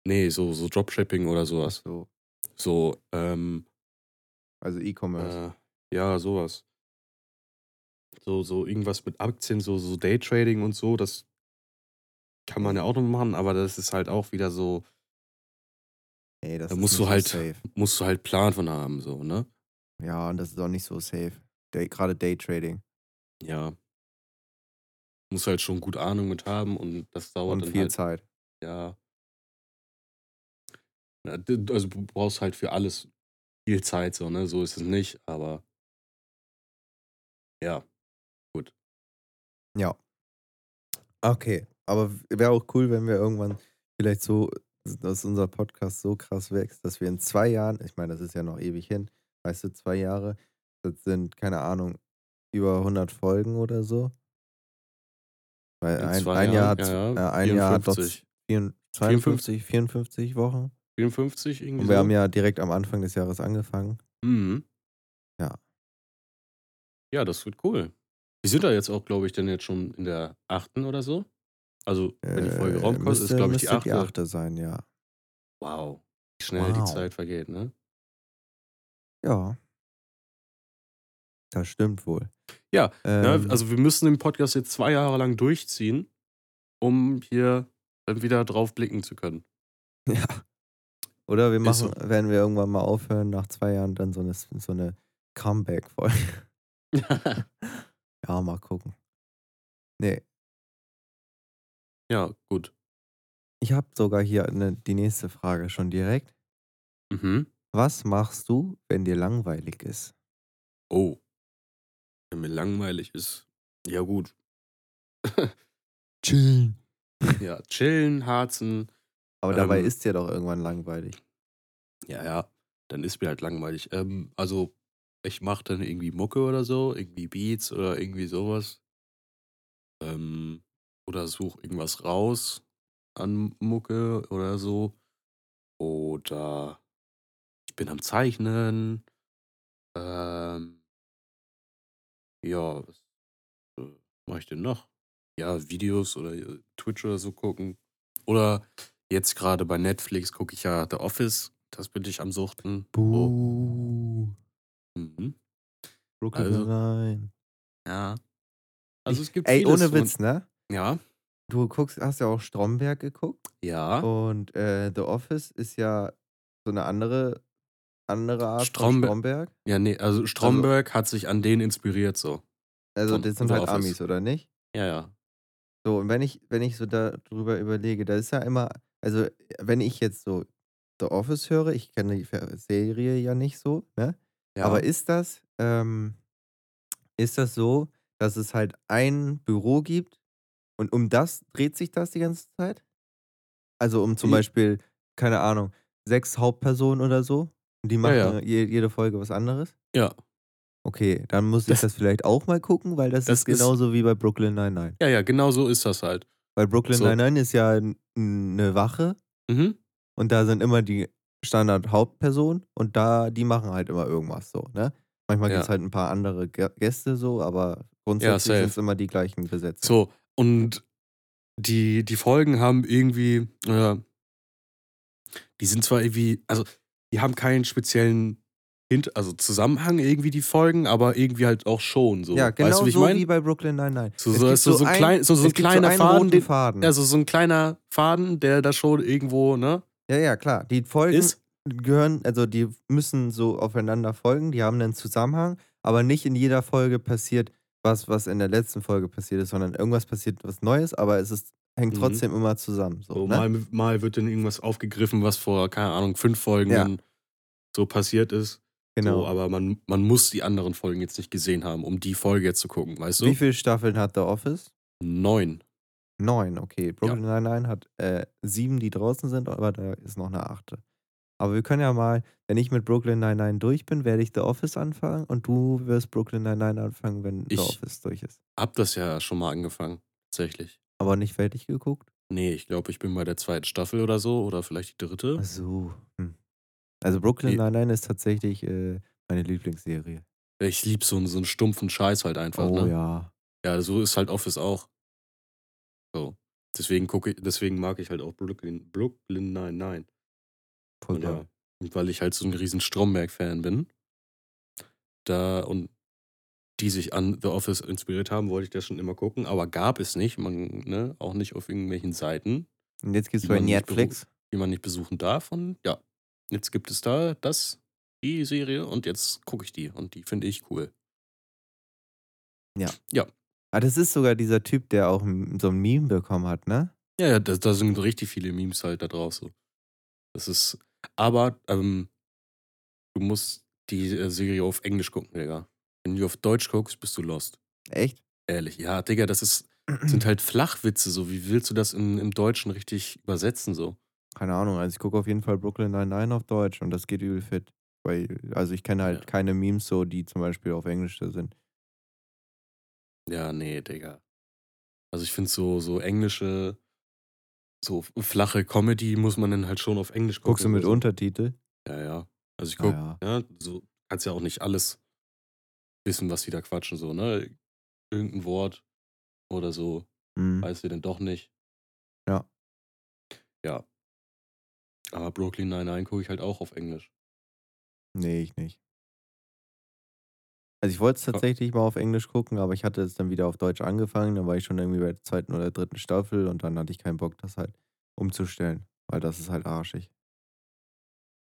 C: Nee, so, so Dropshipping oder sowas.
B: So,
C: So, ähm,
B: also E-Commerce.
C: äh, ja, sowas. So, so irgendwas mit Aktien, so, so Daytrading und so, das kann man ja auch noch machen, aber das ist halt auch wieder so,
B: Ey, das
C: da
B: ist
C: musst
B: nicht
C: du
B: so
C: halt-
B: Safe.
C: musst du halt Plan von haben, so, ne?
B: Ja, und das ist auch nicht so safe. Day, gerade Daytrading.
C: Ja. Muss halt schon gut Ahnung mit haben und das dauert
B: Und
C: dann
B: viel
C: halt,
B: Zeit.
C: ja. Na, d- Also du brauchst halt für alles viel Zeit, so, ne? So ist es nicht, aber ja.
B: Ja. Okay, aber wäre auch cool, wenn wir irgendwann vielleicht so, dass unser Podcast so krass wächst, dass wir in zwei Jahren, ich meine, das ist ja noch ewig hin, weißt du, zwei Jahre, das sind, keine Ahnung, über 100 Folgen oder so. Weil
C: in
B: Äh, ein,
C: zwei
B: ein Jahr hat,
C: Jahren, ja, ja,
B: äh, ein Jahr hat doch
C: 54.
B: 52, 54 Wochen.
C: 54 irgendwie.
B: Und wir
C: so.
B: haben ja direkt am Anfang des Jahres angefangen.
C: Mhm.
B: Ja.
C: Ja, das wird cool. Wir sind da jetzt auch, glaube ich, dann jetzt schon in der achten oder so. Also, wenn die Folge
B: Äh,
C: rauskommt, ist,
B: müsste-
C: glaube ich, die
B: müsste
C: achte.
B: die achte sein, ja.
C: Wow. Wie schnell die
B: Wow.
C: Zeit vergeht, ne?
B: Ja. Das stimmt wohl.
C: Ja,
B: ähm,
C: Ne, also, wir müssen den Podcast jetzt zwei Jahre lang durchziehen, um hier dann wieder drauf blicken zu können.
B: [LAUGHS] [LAUGHS] Ja. Oder wir
C: Ist
B: machen, wenn wir irgendwann mal aufhören, nach zwei Jahren dann so eine, so eine Comeback-Folge. [LAUGHS] Ja, mal gucken. Nee,
C: ja, gut.
B: ich habe sogar hier eine, die nächste Frage schon direkt.
C: Mhm.
B: Was machst du, wenn dir langweilig ist?
C: Oh. Wenn mir langweilig ist. Ja, gut.
B: Chillen.
C: Ja, chillen, harzen.
B: Aber dabei
C: Ähm,
B: ist dir doch irgendwann langweilig.
C: Ja, ja, dann ist mir halt langweilig. Ähm, also, ich mache dann irgendwie Mucke oder so, irgendwie Beats oder irgendwie sowas. Ähm, oder suche irgendwas raus an Mucke oder so. Oder ich bin am Zeichnen. Ähm, ja, was mache ich denn noch? Ja, Videos oder äh, Twitch oder so gucken. Oder Jetzt gerade bei Netflix gucke ich ja The Office. Das bin ich am Suchten. So.
B: Buh.
C: Mhm.
B: Oh. Brooklyn
C: Also-
B: nein.
C: Ja. Also es gibt
B: Ey,
C: vieles
B: ohne
C: und-
B: Witz, ne?
C: Ja.
B: Du guckst, hast ja auch Stromberg geguckt.
C: Ja.
B: Und äh, The Office ist ja so eine andere, andere Art
C: Strombe-
B: von Stromberg.
C: Ja, nee, also Stromberg hat sich an den inspiriert so.
B: Also
C: Von
B: das sind
C: The
B: halt
C: Office.
B: Amis, oder nicht?
C: Ja, ja.
B: So, und wenn ich, wenn ich so darüber überlege, da ist ja immer, also wenn ich jetzt so The Office höre, ich kenne die Fer- Serie ja nicht so, ne?
C: ja.
B: Aber ist das, ähm, ist das so, dass es halt ein Büro gibt und um das dreht sich das die ganze Zeit? Also um zum
C: Ja.
B: Beispiel, keine Ahnung, sechs Hauptpersonen oder so, und die machen
C: ja.
B: je- jede Folge was anderes?
C: ja.
B: Okay, dann muss ich
C: Das-
B: das vielleicht auch mal gucken, weil das,
C: Das
B: ist
C: ist-
B: genauso wie bei Brooklyn Nine-Nine.
C: Ja, ja, genau so ist das halt.
B: Weil Brooklyn
C: So.
B: Nine-Nine ist ja n- eine Wache
C: Mhm.
B: und da sind immer die Standard-Hauptpersonen und da, die machen halt immer irgendwas so, ne? Manchmal
C: Ja.
B: gibt es halt ein paar andere Gä- Gäste so, aber grundsätzlich
C: safe.
B: sind es immer die gleichen Besetzungen.
C: So, und die, die Folgen haben irgendwie, äh, die sind zwar irgendwie, also die haben keinen speziellen Hint, also Zusammenhang irgendwie die Folgen, aber irgendwie halt auch schon so.
B: ja, genau
C: weißt du, wie ich
B: so
C: meine?
B: wie bei Brooklyn Nine-Nine.
C: So-
B: Es
C: so-
B: gibt
C: so- so ein klein- so- so
B: es
C: ein
B: gibt
C: kleiner
B: einen
C: Faden,
B: roten
C: den-
B: Faden.
C: Ja, so, so ein kleiner Faden, der da schon irgendwo, ne?
B: ja, ja, klar. Die Folgen
C: Ist.
B: gehören, also die müssen so aufeinander folgen, die haben einen Zusammenhang, aber nicht in jeder Folge passiert was, was in der letzten Folge passiert ist, sondern irgendwas passiert was Neues, aber es ist, hängt
C: Mhm.
B: trotzdem immer zusammen. So,
C: So,
B: ne?
C: mal, mal wird dann irgendwas aufgegriffen, was vor, keine Ahnung, fünf Folgen
B: Ja.
C: dann so passiert ist.
B: Genau.
C: So, aber man, man muss die anderen Folgen jetzt nicht gesehen haben, um die Folge jetzt zu gucken, weißt
B: Wie
C: du?
B: viele Staffeln hat The Office?
C: Neun.
B: Neun, okay. Brooklyn Nine-Nine hat äh, sieben, die draußen sind, aber da ist noch eine achte. Aber wir können ja mal, wenn ich mit Brooklyn Nine-Nine durch bin, werde ich The Office anfangen und du wirst Brooklyn Nine-Nine anfangen, wenn
C: Ich-
B: The Office durch ist.
C: Hab das ja schon mal angefangen, tatsächlich.
B: Aber nicht fertig geguckt?
C: Nee, ich glaube, ich bin bei der zweiten Staffel oder so, oder vielleicht die dritte.
B: Ach so. Hm. Also Brooklyn
C: Die-
B: Nine-Nine ist tatsächlich äh, meine Lieblingsserie.
C: Ich lieb so, einen- so einen stumpfen Scheiß halt einfach,
B: Oh
C: ne?
B: ja.
C: Ja, so ist halt Office auch. So. Deswegen gucke ich, deswegen mag ich halt auch Brooklyn, Brooklyn Nine-Nine.
B: Voll
C: Und ja,
B: geil.
C: und weil ich halt so ein riesen Stromberg-Fan bin, da und die sich an The Office inspiriert haben, wollte ich das schon immer gucken, aber gab es nicht. Man, ne, auch nicht auf irgendwelchen Seiten,
B: Und jetzt gibt es
C: die
B: bei
C: man nicht
B: Netflix.
C: die man nicht besuchen darf. Und ja, jetzt gibt es da das, die Serie, und jetzt gucke ich die. Und die finde ich cool.
B: Ah, das ist sogar dieser Typ, der auch m- so ein Meme bekommen hat, ne?
C: Ja, ja, da, da sind richtig viele Memes halt da drauf. So. Das ist. Aber ähm, du musst die äh, Serie auf Englisch gucken, Digga. Wenn du auf Deutsch guckst, bist du lost.
B: Echt?
C: Ehrlich. Ja, Digga, das ist, sind halt Flachwitze. So, wie willst du das im, im Deutschen richtig übersetzen? So?
B: Keine Ahnung. Also ich gucke auf jeden Fall Brooklyn Nine-Nine auf Deutsch und das geht übel fit. Weil, also ich kenne halt
C: Ja.
B: keine Memes so, die zum Beispiel auf Englisch da sind.
C: Ja, nee, Digga. Also ich finde so, so englische, so flache Comedy muss man dann halt schon auf Englisch gucken.
B: Guckst du mit
C: so.
B: Untertitel?
C: Ja, ja. Also ich
B: Ah,
C: guck,
B: ja.
C: ja, so kannst ja auch nicht alles wissen, was die da quatschen, so, ne? Irgendein Wort oder so,
B: Mhm.
C: weißt du denn doch nicht.
B: Ja.
C: Ja. Aber Brooklyn Nine-Nine gucke ich halt auch auf Englisch.
B: Nee, ich nicht. Also ich wollte es
C: Ja.
B: tatsächlich mal auf Englisch gucken, aber ich hatte es dann wieder auf Deutsch angefangen. Dann war ich schon irgendwie bei der zweiten oder dritten Staffel und dann hatte ich keinen Bock, das halt umzustellen, weil das ist halt arschig.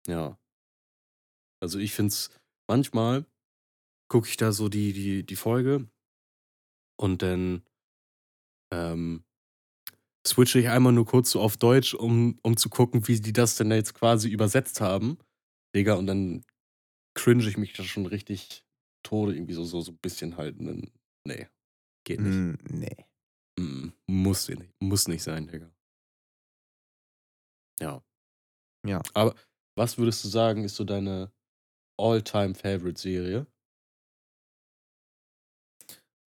C: Ja. Also ich find's, manchmal gucke ich da so die, die, die Folge und dann ähm, switche ich einmal nur kurz so auf Deutsch, um, um zu gucken, wie die das denn da jetzt quasi übersetzt haben. Digga, und dann cringe ich mich da schon richtig tode, irgendwie so, so, so ein bisschen halt. Und dann, nee, geht nicht.
B: Mm, nee.
C: Mm, muss nicht. Muss nicht sein, Digga. Ja.
B: Ja.
C: Aber was würdest du sagen, ist so deine All-Time-Favorite-Serie?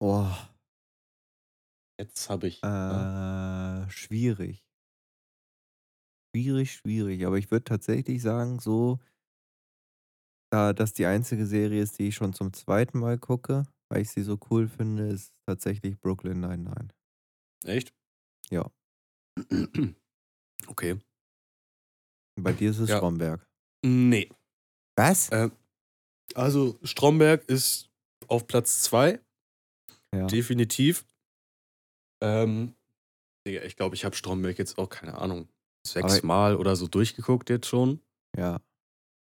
B: Oh,
C: Jetzt habe ich. ah, ja.
B: äh, schwierig. Schwierig, schwierig. Aber ich würde tatsächlich sagen, so, da das die einzige Serie ist, die ich schon zum zweiten Mal gucke, weil ich sie so cool finde, ist tatsächlich Brooklyn Nine-Nine.
C: Echt?
B: Ja.
C: [CLEARS THROAT] okay.
B: Bei dir ist es
C: Ja.
B: Stromberg.
C: Nee.
D: Was?
C: Also, Stromberg ist auf Platz 2.
B: Äh, Ja.
C: Definitiv. Ähm, Digga, ich glaube, ich habe Stromberg jetzt auch, keine Ahnung, sechsmal oder so durchgeguckt jetzt schon.
B: Ja.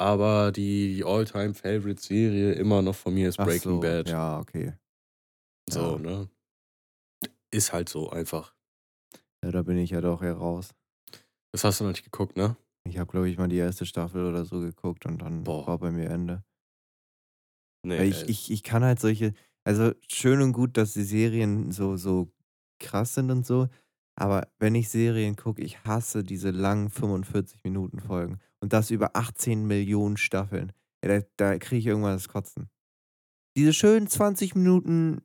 C: Aber die, die All-Time-Favorite-Serie immer noch von mir ist
B: Ach
C: Breaking
B: so.
C: Bad.
B: Ja, okay. Ja.
C: So, ne? Ist halt so einfach.
B: Ja, da bin ich ja doch eher raus.
C: Das hast du noch nicht geguckt, ne?
B: Ich habe, glaube ich, mal die erste Staffel oder so geguckt und dann
C: Boah.
B: war bei mir Ende.
C: Nee. äh,
B: Weil ich, ich, ich kann halt solche, also schön und gut, dass die Serien so, so krass sind und so, aber wenn ich Serien gucke, ich hasse diese langen 45 Minuten Folgen und das über 18 Millionen Staffeln. Ja, da da kriege ich irgendwann das Kotzen. Diese schönen 20 Minuten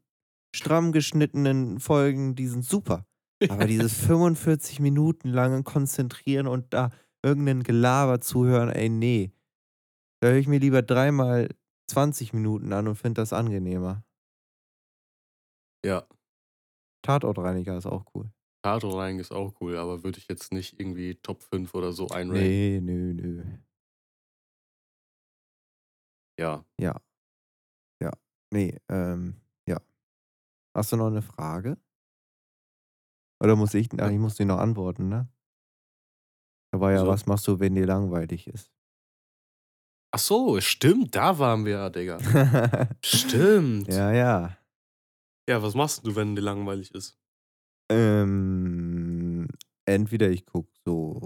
B: stramm geschnittenen Folgen, die sind super. Aber dieses 45 Minuten lange Konzentrieren und da irgendein Gelaber zuhören, ey, nee. Da höre ich mir lieber dreimal 20 Minuten an und finde das angenehmer.
C: ja,
B: Tatortreiniger ist auch cool.
C: Tato rein ist auch cool, aber würde ich jetzt nicht irgendwie Top 5 oder so einranken.
B: Nee, nö, nö.
C: Ja.
B: Ja. Ja. Nee, ähm, ja. Hast du noch eine Frage? Oder muss ich, ach, ich muss die noch antworten, ne? Da war ja,
C: So.
B: was machst du, wenn dir langweilig ist? [LAUGHS]
C: Ach so, stimmt, da waren wir ja, Digga. Stimmt.
B: ja, ja.
C: Ja, was machst du, wenn dir langweilig ist?
B: Ähm, entweder ich gucke so.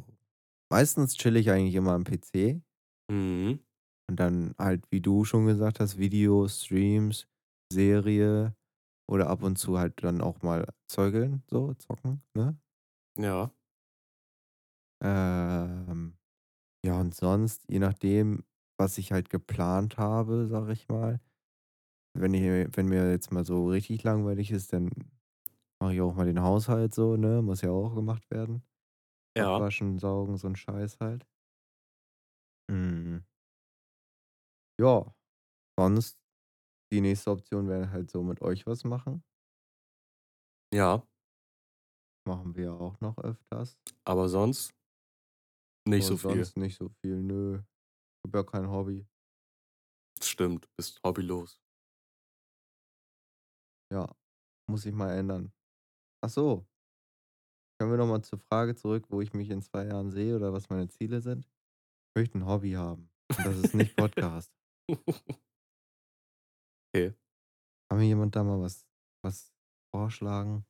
B: Meistens chill ich eigentlich immer am PC.
C: Mhm.
B: Und dann halt, wie du schon gesagt hast, Videos, Streams, Serie oder ab und zu halt dann auch mal zeugeln, so zocken, ne?
C: Ja.
B: Ähm, ja, und sonst, je nachdem, was ich halt geplant habe, sag ich mal. Wenn, ich, wenn mir jetzt mal so richtig langweilig ist, dann mache ich auch mal den Haushalt so, ne? Muss ja auch gemacht werden.
C: Ja. Mhm.
B: Abwaschen, saugen, so ein Scheiß halt. Mm. ja, sonst die nächste Option wäre halt so mit euch was machen.
C: Ja,
B: Machen wir auch noch öfters.
C: aber sonst nicht so
B: Aber
C: viel.
B: Sonst nicht so viel, nö. Ich hab ja kein Hobby.
C: Stimmt, bist hobbylos. [LAUGHS]
B: Ja, muss ich mal ändern. Ach so. Können wir nochmal zur Frage zurück, wo ich mich in zwei Jahren sehe oder was meine Ziele sind? Ich möchte ein Hobby haben. Und das ist
C: [LAUGHS]
B: nicht Podcast. Kann mir jemand da mal was, was vorschlagen?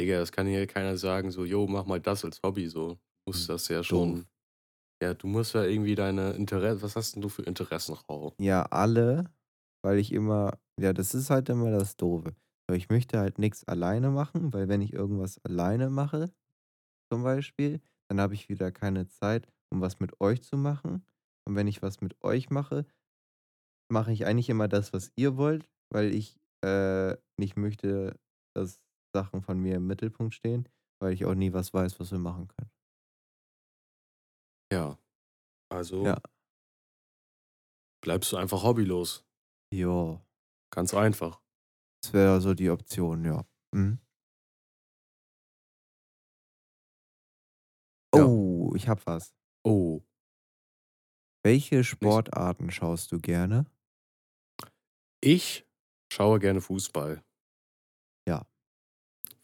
C: Digga, das kann hier keiner sagen, so, yo, mach mal das als Hobby, so. Du musst das ja schon.
B: Hm, Doof.
C: Ja, du musst ja irgendwie deine Interessen. Was hast denn du für Interessen, Rau?
B: Ja, alle, weil ich immer, ja, das ist halt immer das Doofe. So, Ich möchte halt nichts alleine machen, weil wenn ich irgendwas alleine mache, zum Beispiel, dann habe ich wieder keine Zeit, um was mit euch zu machen. Und wenn ich was mit euch mache, mache ich eigentlich immer das, was ihr wollt, weil ich äh, nicht möchte, dass Sachen von mir im Mittelpunkt stehen, weil ich auch nie was weiß, was wir machen können.
C: Ja. Also.
B: Ja.
C: Bleibst du einfach hobbylos.
B: Jo,
C: Ganz einfach.
B: das wäre so die Option, ja. Mhm.
C: Ja.
B: Oh, ich hab was.
C: Oh.
B: Welche Sportarten schaust du gerne?
C: Ich schaue gerne Fußball.
B: Ja.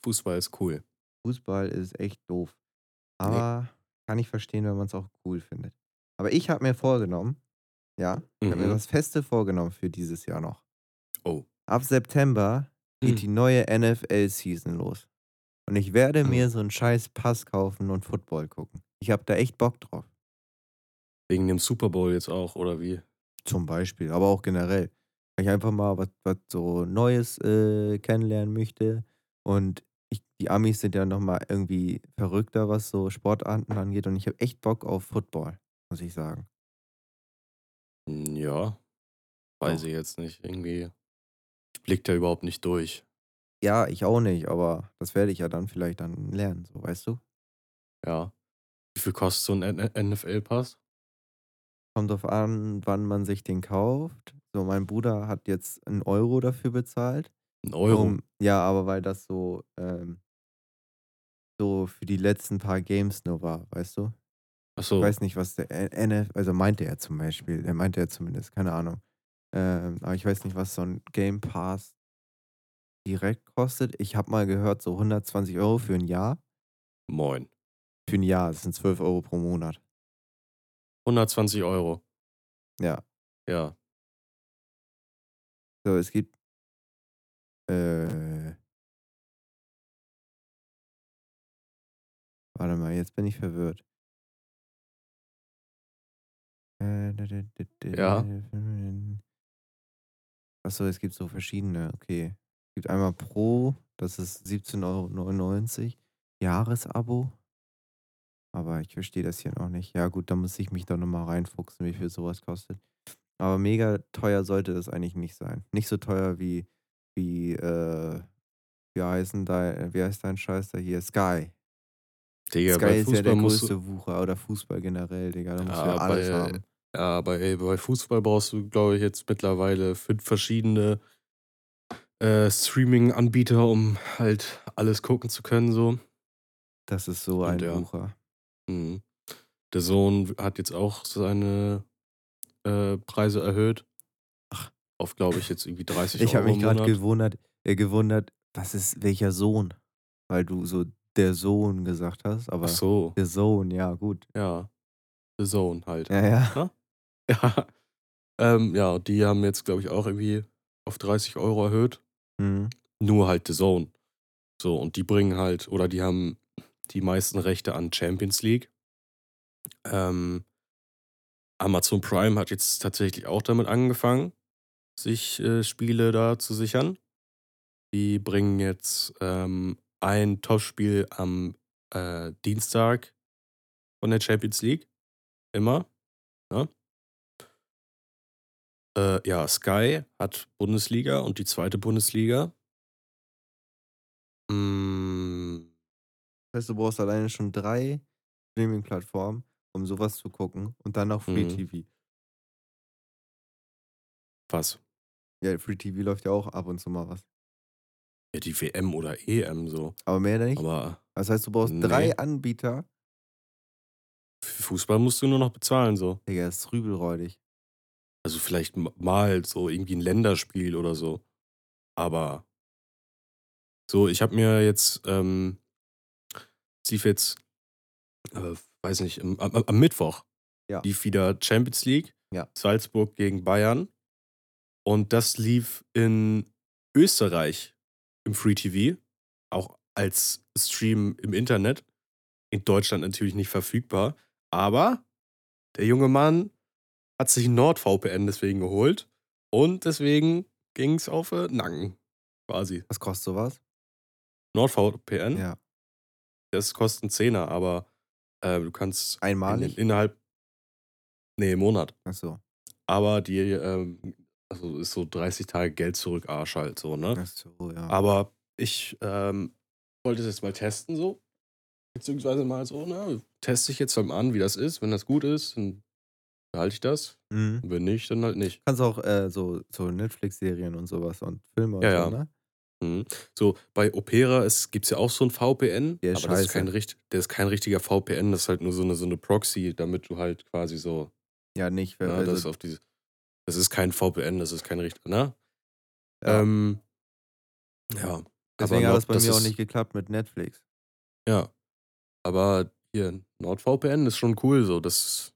C: Fußball ist cool.
B: Fußball ist echt doof. Aber kann ich verstehen, wenn man es auch cool findet. Aber ich habe mir vorgenommen, ja, ich habe mir
C: Mhm.
B: was Feste vorgenommen für dieses Jahr noch.
C: Oh.
B: Ab September geht [CLEARS THROAT]
C: Mhm.
B: die neue NFL-Season los. Und ich werde
C: Mhm.
B: mir so einen scheiß Pass kaufen und Football gucken. Ich habe da echt Bock drauf.
C: Wegen dem Super Bowl jetzt auch, oder wie?
B: Zum Beispiel, aber auch generell. Weil ich einfach mal was, was so Neues äh, kennenlernen möchte. Und ich, die Amis sind ja nochmal irgendwie verrückter, was so Sportarten angeht. Und ich habe echt Bock auf Football, muss ich sagen.
C: Hm, Ja. Weiß
B: Doch.
C: ich jetzt nicht. Irgendwie. Ich blick da überhaupt nicht durch.
B: Ja, ich auch nicht, aber das werde ich ja dann vielleicht dann lernen, so weißt du?
C: Ja. Wie viel kostet so ein NFL-Pass?
B: Kommt drauf an, wann man sich den kauft. So, mein Bruder hat jetzt einen Euro dafür bezahlt.
C: Ein Euro.
B: Um, ja, aber weil das so, ähm, so für die letzten paar Games nur war, weißt du? Ich
C: Achso.
B: weiß nicht, was der NFL, also meinte er zum Beispiel, er meinte er zumindest, keine Ahnung. Ähm, aber ich weiß nicht, was so ein Game Pass direkt kostet. Ich habe mal gehört, so 120 Euro für ein Jahr.
C: Moin.
B: Für ein Jahr, das sind 12 Euro pro Monat.
C: 120 Euro.
B: Ja,
C: Ja.
B: so es gibt. Äh, warte mal, jetzt bin ich verwirrt. Äh, da, da, da, da,
C: Ja.
B: Achso, es gibt so verschiedene, okay. Es gibt einmal Pro, das ist 17,99 Euro, Jahresabo. Aber ich verstehe das hier noch nicht. Ja, gut, da muss ich mich doch nochmal reinfuchsen, wie viel sowas kostet. Aber mega teuer sollte das eigentlich nicht sein. Nicht so teuer wie, wie, äh, wie heißen da, wie heißt dein Scheiß da hier? Sky.
C: Digga,
B: Sky ist
C: bei
B: ja
C: Fußball
B: der
C: musst
B: größte
C: du.
B: Wucher oder Fußball generell, Digga. Da musst du
C: Ja,
B: ja alles
C: bei-
B: haben.
C: Ja, aber ey, bei Fußball brauchst du, glaube ich, jetzt mittlerweile fünf verschiedene äh, Streaming-Anbieter, um halt alles gucken zu können, so.
B: Das ist so ein
C: Stimmt, ja.
B: Wucher.
C: Mhm. Der Sohn hat jetzt auch seine äh, Preise erhöht. Auf, glaube ich, jetzt irgendwie 30
B: Ich
C: Euro.
B: habe mich
C: im
B: gerade
C: Monat.
B: gewundert, äh, gewundert, was ist welcher Sohn? Weil du so der Sohn gesagt hast, aber
C: Ach so,
B: der Sohn, ja, gut.
C: ja. The Zone halt.
B: Ja, ja.
C: [LAUGHS] Ja. ähm, ja, und die haben jetzt, glaube ich, auch irgendwie auf 30 Euro erhöht.
B: Mhm.
C: Nur halt The Zone. So, und die bringen halt, oder die haben die meisten Rechte an Champions League. Ähm, Amazon Prime hat jetzt tatsächlich auch damit angefangen, sich äh, Spiele da zu sichern. Die bringen jetzt ähm, ein Topspiel am äh, Dienstag von der Champions League. Immer. Ne? Äh, ja, Sky hat Bundesliga und die zweite Bundesliga. Mm,
B: Das heißt, du brauchst alleine schon drei Streaming-Plattformen, um sowas zu gucken und dann noch Free
C: Mhm.
B: TV.
C: Was?
B: Ja, Free TV läuft ja auch ab und zu mal was.
C: Ja, die WM oder EM so.
B: Aber mehr nicht.
C: Aber
B: das heißt, du brauchst
C: Nee.
B: drei Anbieter.
C: für Fußball musst du nur noch bezahlen so.
B: Digga, das ist rübelräudig.
C: Also vielleicht m- mal so irgendwie ein Länderspiel oder so. Aber so, ich habe mir jetzt, ähm, es lief jetzt, äh, weiß nicht, am, am, am Mittwoch
B: Ja.
C: lief wieder Champions League,
B: Ja.
C: Salzburg gegen Bayern. Und das lief in Österreich im Free TV, auch als Stream im Internet. In Deutschland natürlich nicht verfügbar. Aber der junge Mann hat sich NordVPN deswegen geholt und deswegen ging es auf äh, Nacken quasi.
B: Was kostet sowas?
C: NordVPN,
B: Ja.
C: das kostet einen Zehner, aber äh, du kannst in,
B: Einmalig?
C: innerhalb, nee, im Monat,
B: Achso.
C: aber die, ähm, also ist so 30 Tage Geld zurück Arsch halt so, ne?
B: Achso, ja.
C: Aber ich ähm, wollte es jetzt mal testen so, beziehungsweise mal so, ne, teste ich jetzt mal an, wie das ist, wenn das gut ist, dann halte ich das,
B: Mhm.
C: wenn nicht, dann halt nicht.
B: Kannst auch äh, so, so Netflix-Serien und sowas und Filme
C: Ja,
B: und so,
C: ja.
B: ne?
C: Mhm. So, bei Opera gibt es ja auch so ein VPN,
B: Der
C: aber
B: ist
C: das ist
B: scheiße.
C: kein, richt- der ist kein richtiger VPN, das ist halt nur so eine, so eine Proxy, damit du halt quasi so,
B: Ja, nicht.
C: ne, das,
B: also,
C: auf diese, das ist kein VPN, das ist kein richtiger, ne?
B: Ja.
C: Ähm, ja.
B: deswegen
C: aber
B: hat das bei
C: Nord-
B: mir auch
C: ist-
B: nicht geklappt mit Netflix.
C: Ja. Aber hier, NordVPN ist schon cool, so, das,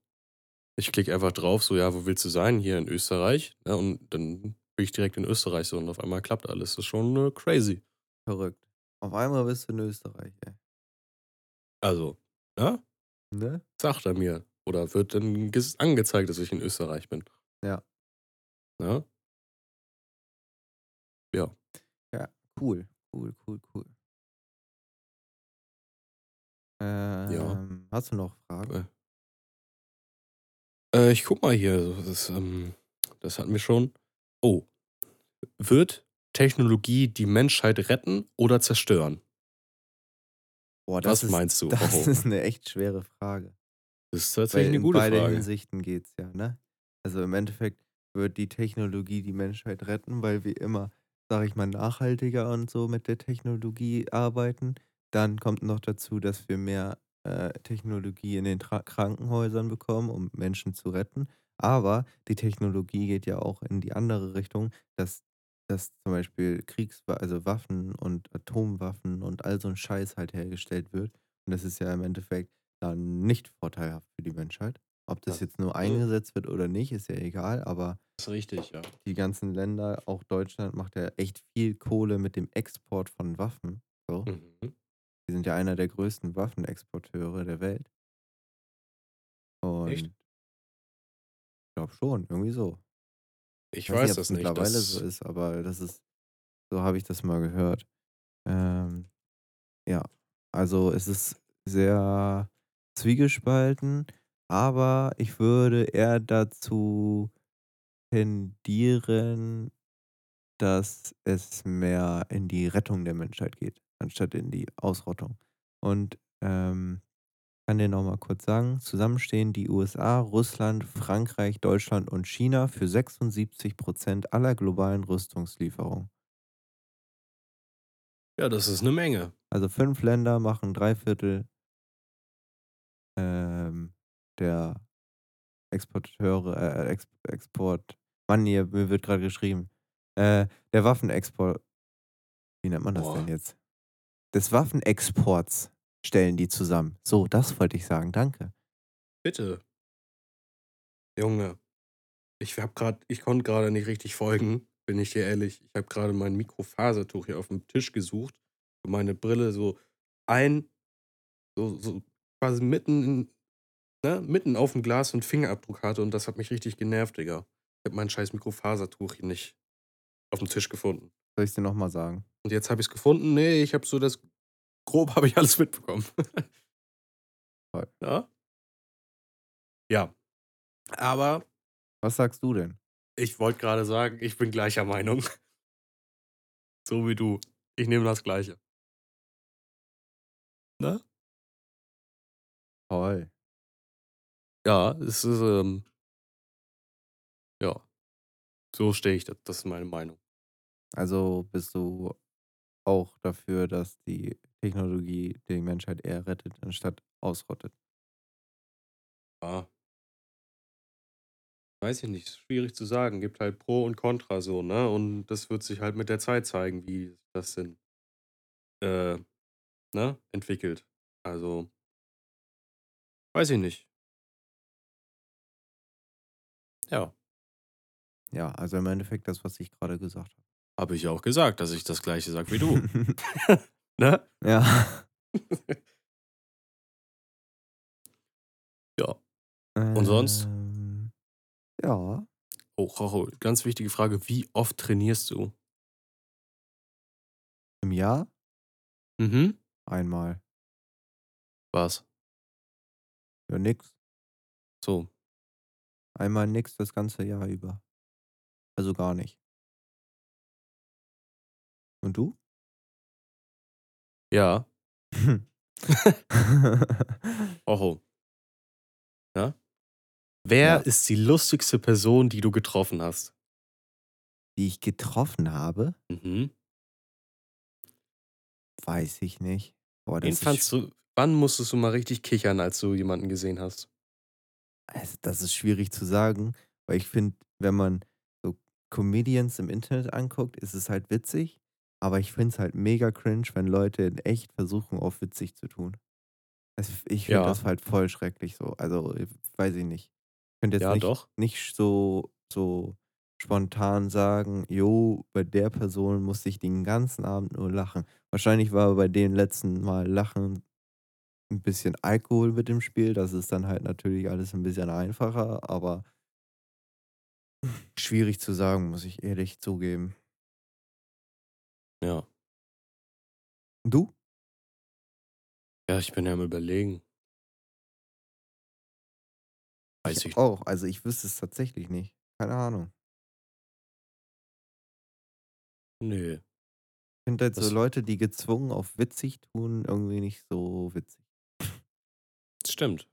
C: ich klicke einfach drauf, so, ja, wo willst du sein? Hier in Österreich, ne, und dann bin ich direkt in Österreich, so, und auf einmal klappt alles, das ist schon äh, crazy.
B: Verrückt. Auf einmal bist du in Österreich, ey.
C: Also, ne?
B: Ne?
C: sagt er mir. Oder wird dann ges- angezeigt, dass ich in Österreich bin. Ne?
B: Ja.
C: Ja?
B: Cool, cool, cool, cool. Ähm, Hast du noch Fragen?
C: Äh, ich guck mal hier. so, Das, ist, ähm, das hatten wir schon. Oh. Wird Technologie die Menschheit retten oder zerstören?
B: Boah,
C: Was
B: ist,
C: meinst
B: [LAUGHS]
C: du?
B: Das
C: oh,
B: ist eine echt schwere Frage.
C: das ist
B: Weil
C: tatsächlich
B: in
C: eine gute
B: beide
C: Frage.
B: Hinsichten geht es ja, ne? Also im Endeffekt wird die Technologie die Menschheit retten, weil wir immer, sage ich mal, nachhaltiger und so mit der Technologie arbeiten. Dann kommt noch dazu, dass wir mehr äh, Technologie in den Tra Krankenhäusern bekommen, um Menschen zu retten. Aber die Technologie geht ja auch in die andere Richtung, dass, dass zum Beispiel Kriegs also Waffen und Atomwaffen und all so ein Scheiß halt hergestellt wird. Und das ist ja im Endeffekt dann nicht vorteilhaft für die Menschheit. Ob das
C: Ja. also
B: jetzt nur eingesetzt wird oder nicht, ist ja egal, aber
C: Das ist richtig, ja.
B: die ganzen Länder, auch Deutschland, macht ja echt viel Kohle mit dem Export von Waffen. So.
C: Mhm.
B: Die sind ja einer der größten Waffenexporteure der Welt. Und
C: Echt?
B: ich glaube schon, irgendwie so.
C: Ich
B: nicht,
C: weiß
B: ob's
C: das nicht.
B: mittlerweile
C: das,
B: so ist, aber das ist, so habe ich das mal gehört. Ähm, ja, also es ist sehr zwiegespalten, aber ich würde eher dazu tendieren, dass es mehr in die Rettung der Menschheit geht, anstatt in die Ausrottung. Und ähm, kann dir nochmal kurz sagen, zusammenstehen die USA, Russland, Frankreich, Deutschland und China für 76 Prozent aller globalen Rüstungslieferungen.
C: ja, das ist eine Menge.
B: Also fünf Länder machen drei Viertel ähm, der Exporteure, äh, Ex Export. Mann, hier mir wird gerade geschrieben. Äh, der Waffenexport. Wie nennt man das
C: Boah.
B: denn jetzt? Des Waffenexports stellen die zusammen. So, das wollte ich sagen. Danke.
C: Bitte. Junge, ich hab grad, ich konnte gerade nicht richtig folgen, bin ich dir ehrlich. Ich habe gerade mein Mikrofasertuch hier auf dem Tisch gesucht für meine Brille so ein, so, so quasi mitten in, ne, mitten auf dem Glas so einen Fingerabdruck hatte und das hat mich richtig genervt, Digga. Ich habe mein scheiß Mikrofasertuch hier nicht auf dem Tisch gefunden.
B: Soll ich es dir nochmal sagen?
C: Und jetzt habe ich es gefunden. Nee, ich habe so das, [LAUGHS] grob habe ich alles mitbekommen.
B: Toll.
C: [LAUGHS] ja. Ja. Aber
B: Was sagst du denn?
C: Ich wollte gerade sagen, ich bin gleicher Meinung. So wie du. Ich nehme das Gleiche.
B: Toll.
C: Ja, es ist, ähm, ja. So stehe ich, das, das ist meine Meinung.
B: Also bist du auch dafür, dass die Technologie die Menschheit eher rettet, anstatt ausrottet.
C: Ja. Ah. Weiß ich nicht, ist schwierig zu sagen. Gibt halt Pro und Contra so, ne? Und das wird sich halt mit der Zeit zeigen, wie das denn äh, ne? entwickelt. Also, weiß ich nicht. Ja,
B: Ja, also im Endeffekt das, was ich gerade gesagt
C: habe ich auch gesagt, dass ich das gleiche sag
B: [LAUGHS]
C: wie du.
B: habe.
C: ne?
B: ja.
C: [LAUGHS] Ja. Und sonst?
B: Ähm, ja,
C: Oh, Jojo, ganz wichtige Frage, wie oft trainierst du?
B: im Jahr
C: Mhm.
B: einmal.
C: Was?
B: Ja, nix.
C: So.
B: Einmal nix das ganze Jahr über. Also gar nicht. Und du?
C: Ja. Oho. Ja? Wer
B: Ja.
C: ist die lustigste Person, die du getroffen hast?
B: [LAUGHS] Die ich getroffen habe,
C: Mhm.
B: weiß ich nicht. Boah,
C: Wen
B: das,
C: fandst
B: ist,
C: du, wann musstest du mal richtig kichern, als du jemanden gesehen hast?
B: also, das ist schwierig zu sagen, weil ich finde, wenn man so Comedians im Internet anguckt, ist es halt witzig. Aber ich finde es halt mega cringe, wenn Leute in echt versuchen, auf witzig zu tun. Also ich finde
C: Ja.
B: das halt voll schrecklich so. Also, ich- weiß ich nicht. Ich könnte jetzt
C: ja,
B: nicht
C: doch.
B: nicht so, so spontan sagen, jo, bei der Person musste ich den ganzen Abend nur lachen. Wahrscheinlich war bei dem letzten Mal Lachen ein bisschen Alkohol mit im Spiel. Das ist dann halt natürlich alles ein bisschen einfacher, aber schwierig zu sagen, muss ich ehrlich zugeben.
C: Ja.
B: Du?
C: Ja, ich bin ja am Überlegen. Weiß ich.
B: auch. Also ich wüsste es tatsächlich nicht. Keine Ahnung.
C: Nö.
B: Ich finde halt so
C: Das-
B: Leute, die gezwungen auf witzig tun, irgendwie nicht so witzig.
C: Stimmt.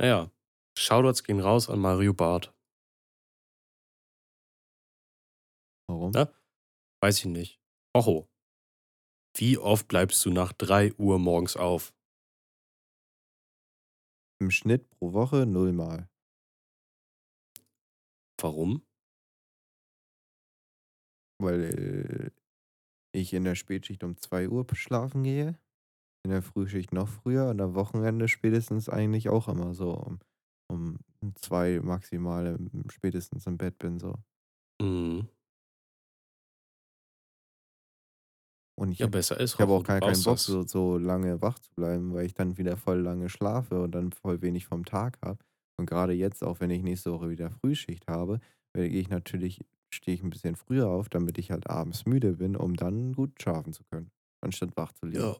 C: Naja. Shoutouts gehen raus an Mario Barth.
B: Warum?
C: Ja. Weiß ich nicht. Oho. Wie oft bleibst du nach 3 Uhr morgens auf?
B: Im Schnitt pro Woche nullmal.
C: Warum?
B: weil äh, ich in der Spätschicht um 2 Uhr schlafen gehe, in der Frühschicht noch früher und am Wochenende spätestens eigentlich auch immer so um, um zwei maximal im- spätestens im Bett bin so.
C: Mhm.
B: Und ich,
C: Ja,
B: hab-
C: besser ist.
B: ich habe
C: Rocho,
B: auch
C: du
B: gar keinen
C: brauchst
B: Bock,
C: das.
B: so, so lange wach zu bleiben, weil ich dann wieder voll lange schlafe und dann voll wenig vom Tag habe. Und gerade jetzt, auch wenn ich nächste Woche wieder Frühschicht habe, werde ich natürlich, stehe ich ein bisschen früher auf, damit ich halt abends müde bin, um dann gut schlafen zu können, anstatt wach zu liegen.
C: Ja.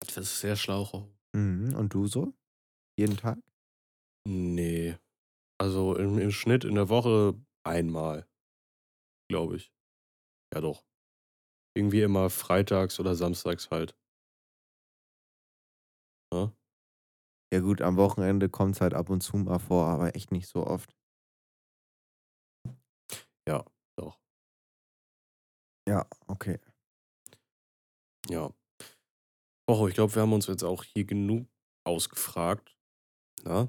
C: Das ist sehr schlau. Rocho.
B: Mhm. Und du so? Jeden Tag?
C: Nee. Also im, im Schnitt in der Woche einmal, glaube ich. Ja, doch. Irgendwie immer freitags oder samstags halt.
B: Ja gut, am Wochenende kommt es halt ab und zu mal vor, aber echt nicht so oft.
C: Ja, doch.
B: Ja, okay.
C: Ja. Och, ich glaube, wir haben uns jetzt auch hier genug ausgefragt. Na?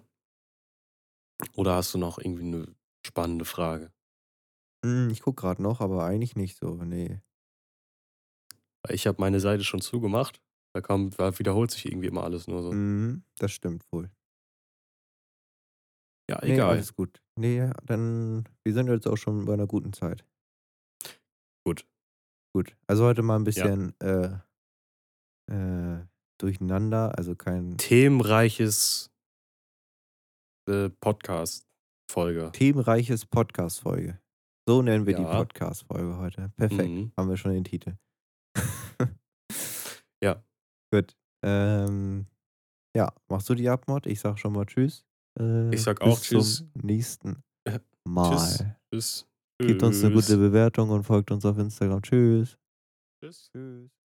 C: Oder hast du noch irgendwie eine spannende Frage?
B: Hm, ich guck gerade noch, aber eigentlich nicht so. ne. Nee.
C: Weil Ich habe meine Seite schon zugemacht. Da, kam, da wiederholt sich irgendwie immer alles nur so.
B: Mhm, das stimmt wohl.
C: Ja,
B: Nee,
C: egal.
B: alles gut. Nee, dann, wir sind jetzt auch schon bei einer guten Zeit.
C: Gut.
B: Gut. Also heute mal ein bisschen äh, äh, durcheinander, also kein
C: themenreiches äh, Podcast-Folge.
B: themenreiches Podcast-Folge. So nennen wir die
C: Ja.
B: Podcast-Folge heute. Perfekt.
C: Mhm.
B: haben wir schon den Titel. [LAUGHS]
C: Ja.
B: Gut. Ähm, ja, machst du die Abmod? Ich sag schon mal Tschüss. Äh,
C: Ich sag
B: bis
C: auch Tschüss.
B: Zum nächsten
C: Äh,
B: Mal.
C: tschüss. Bis.
B: Gebt uns eine
C: Tschüss.
B: gute Bewertung und folgt uns auf Instagram. Tschüss.
C: Tschüss.
B: Tschüss.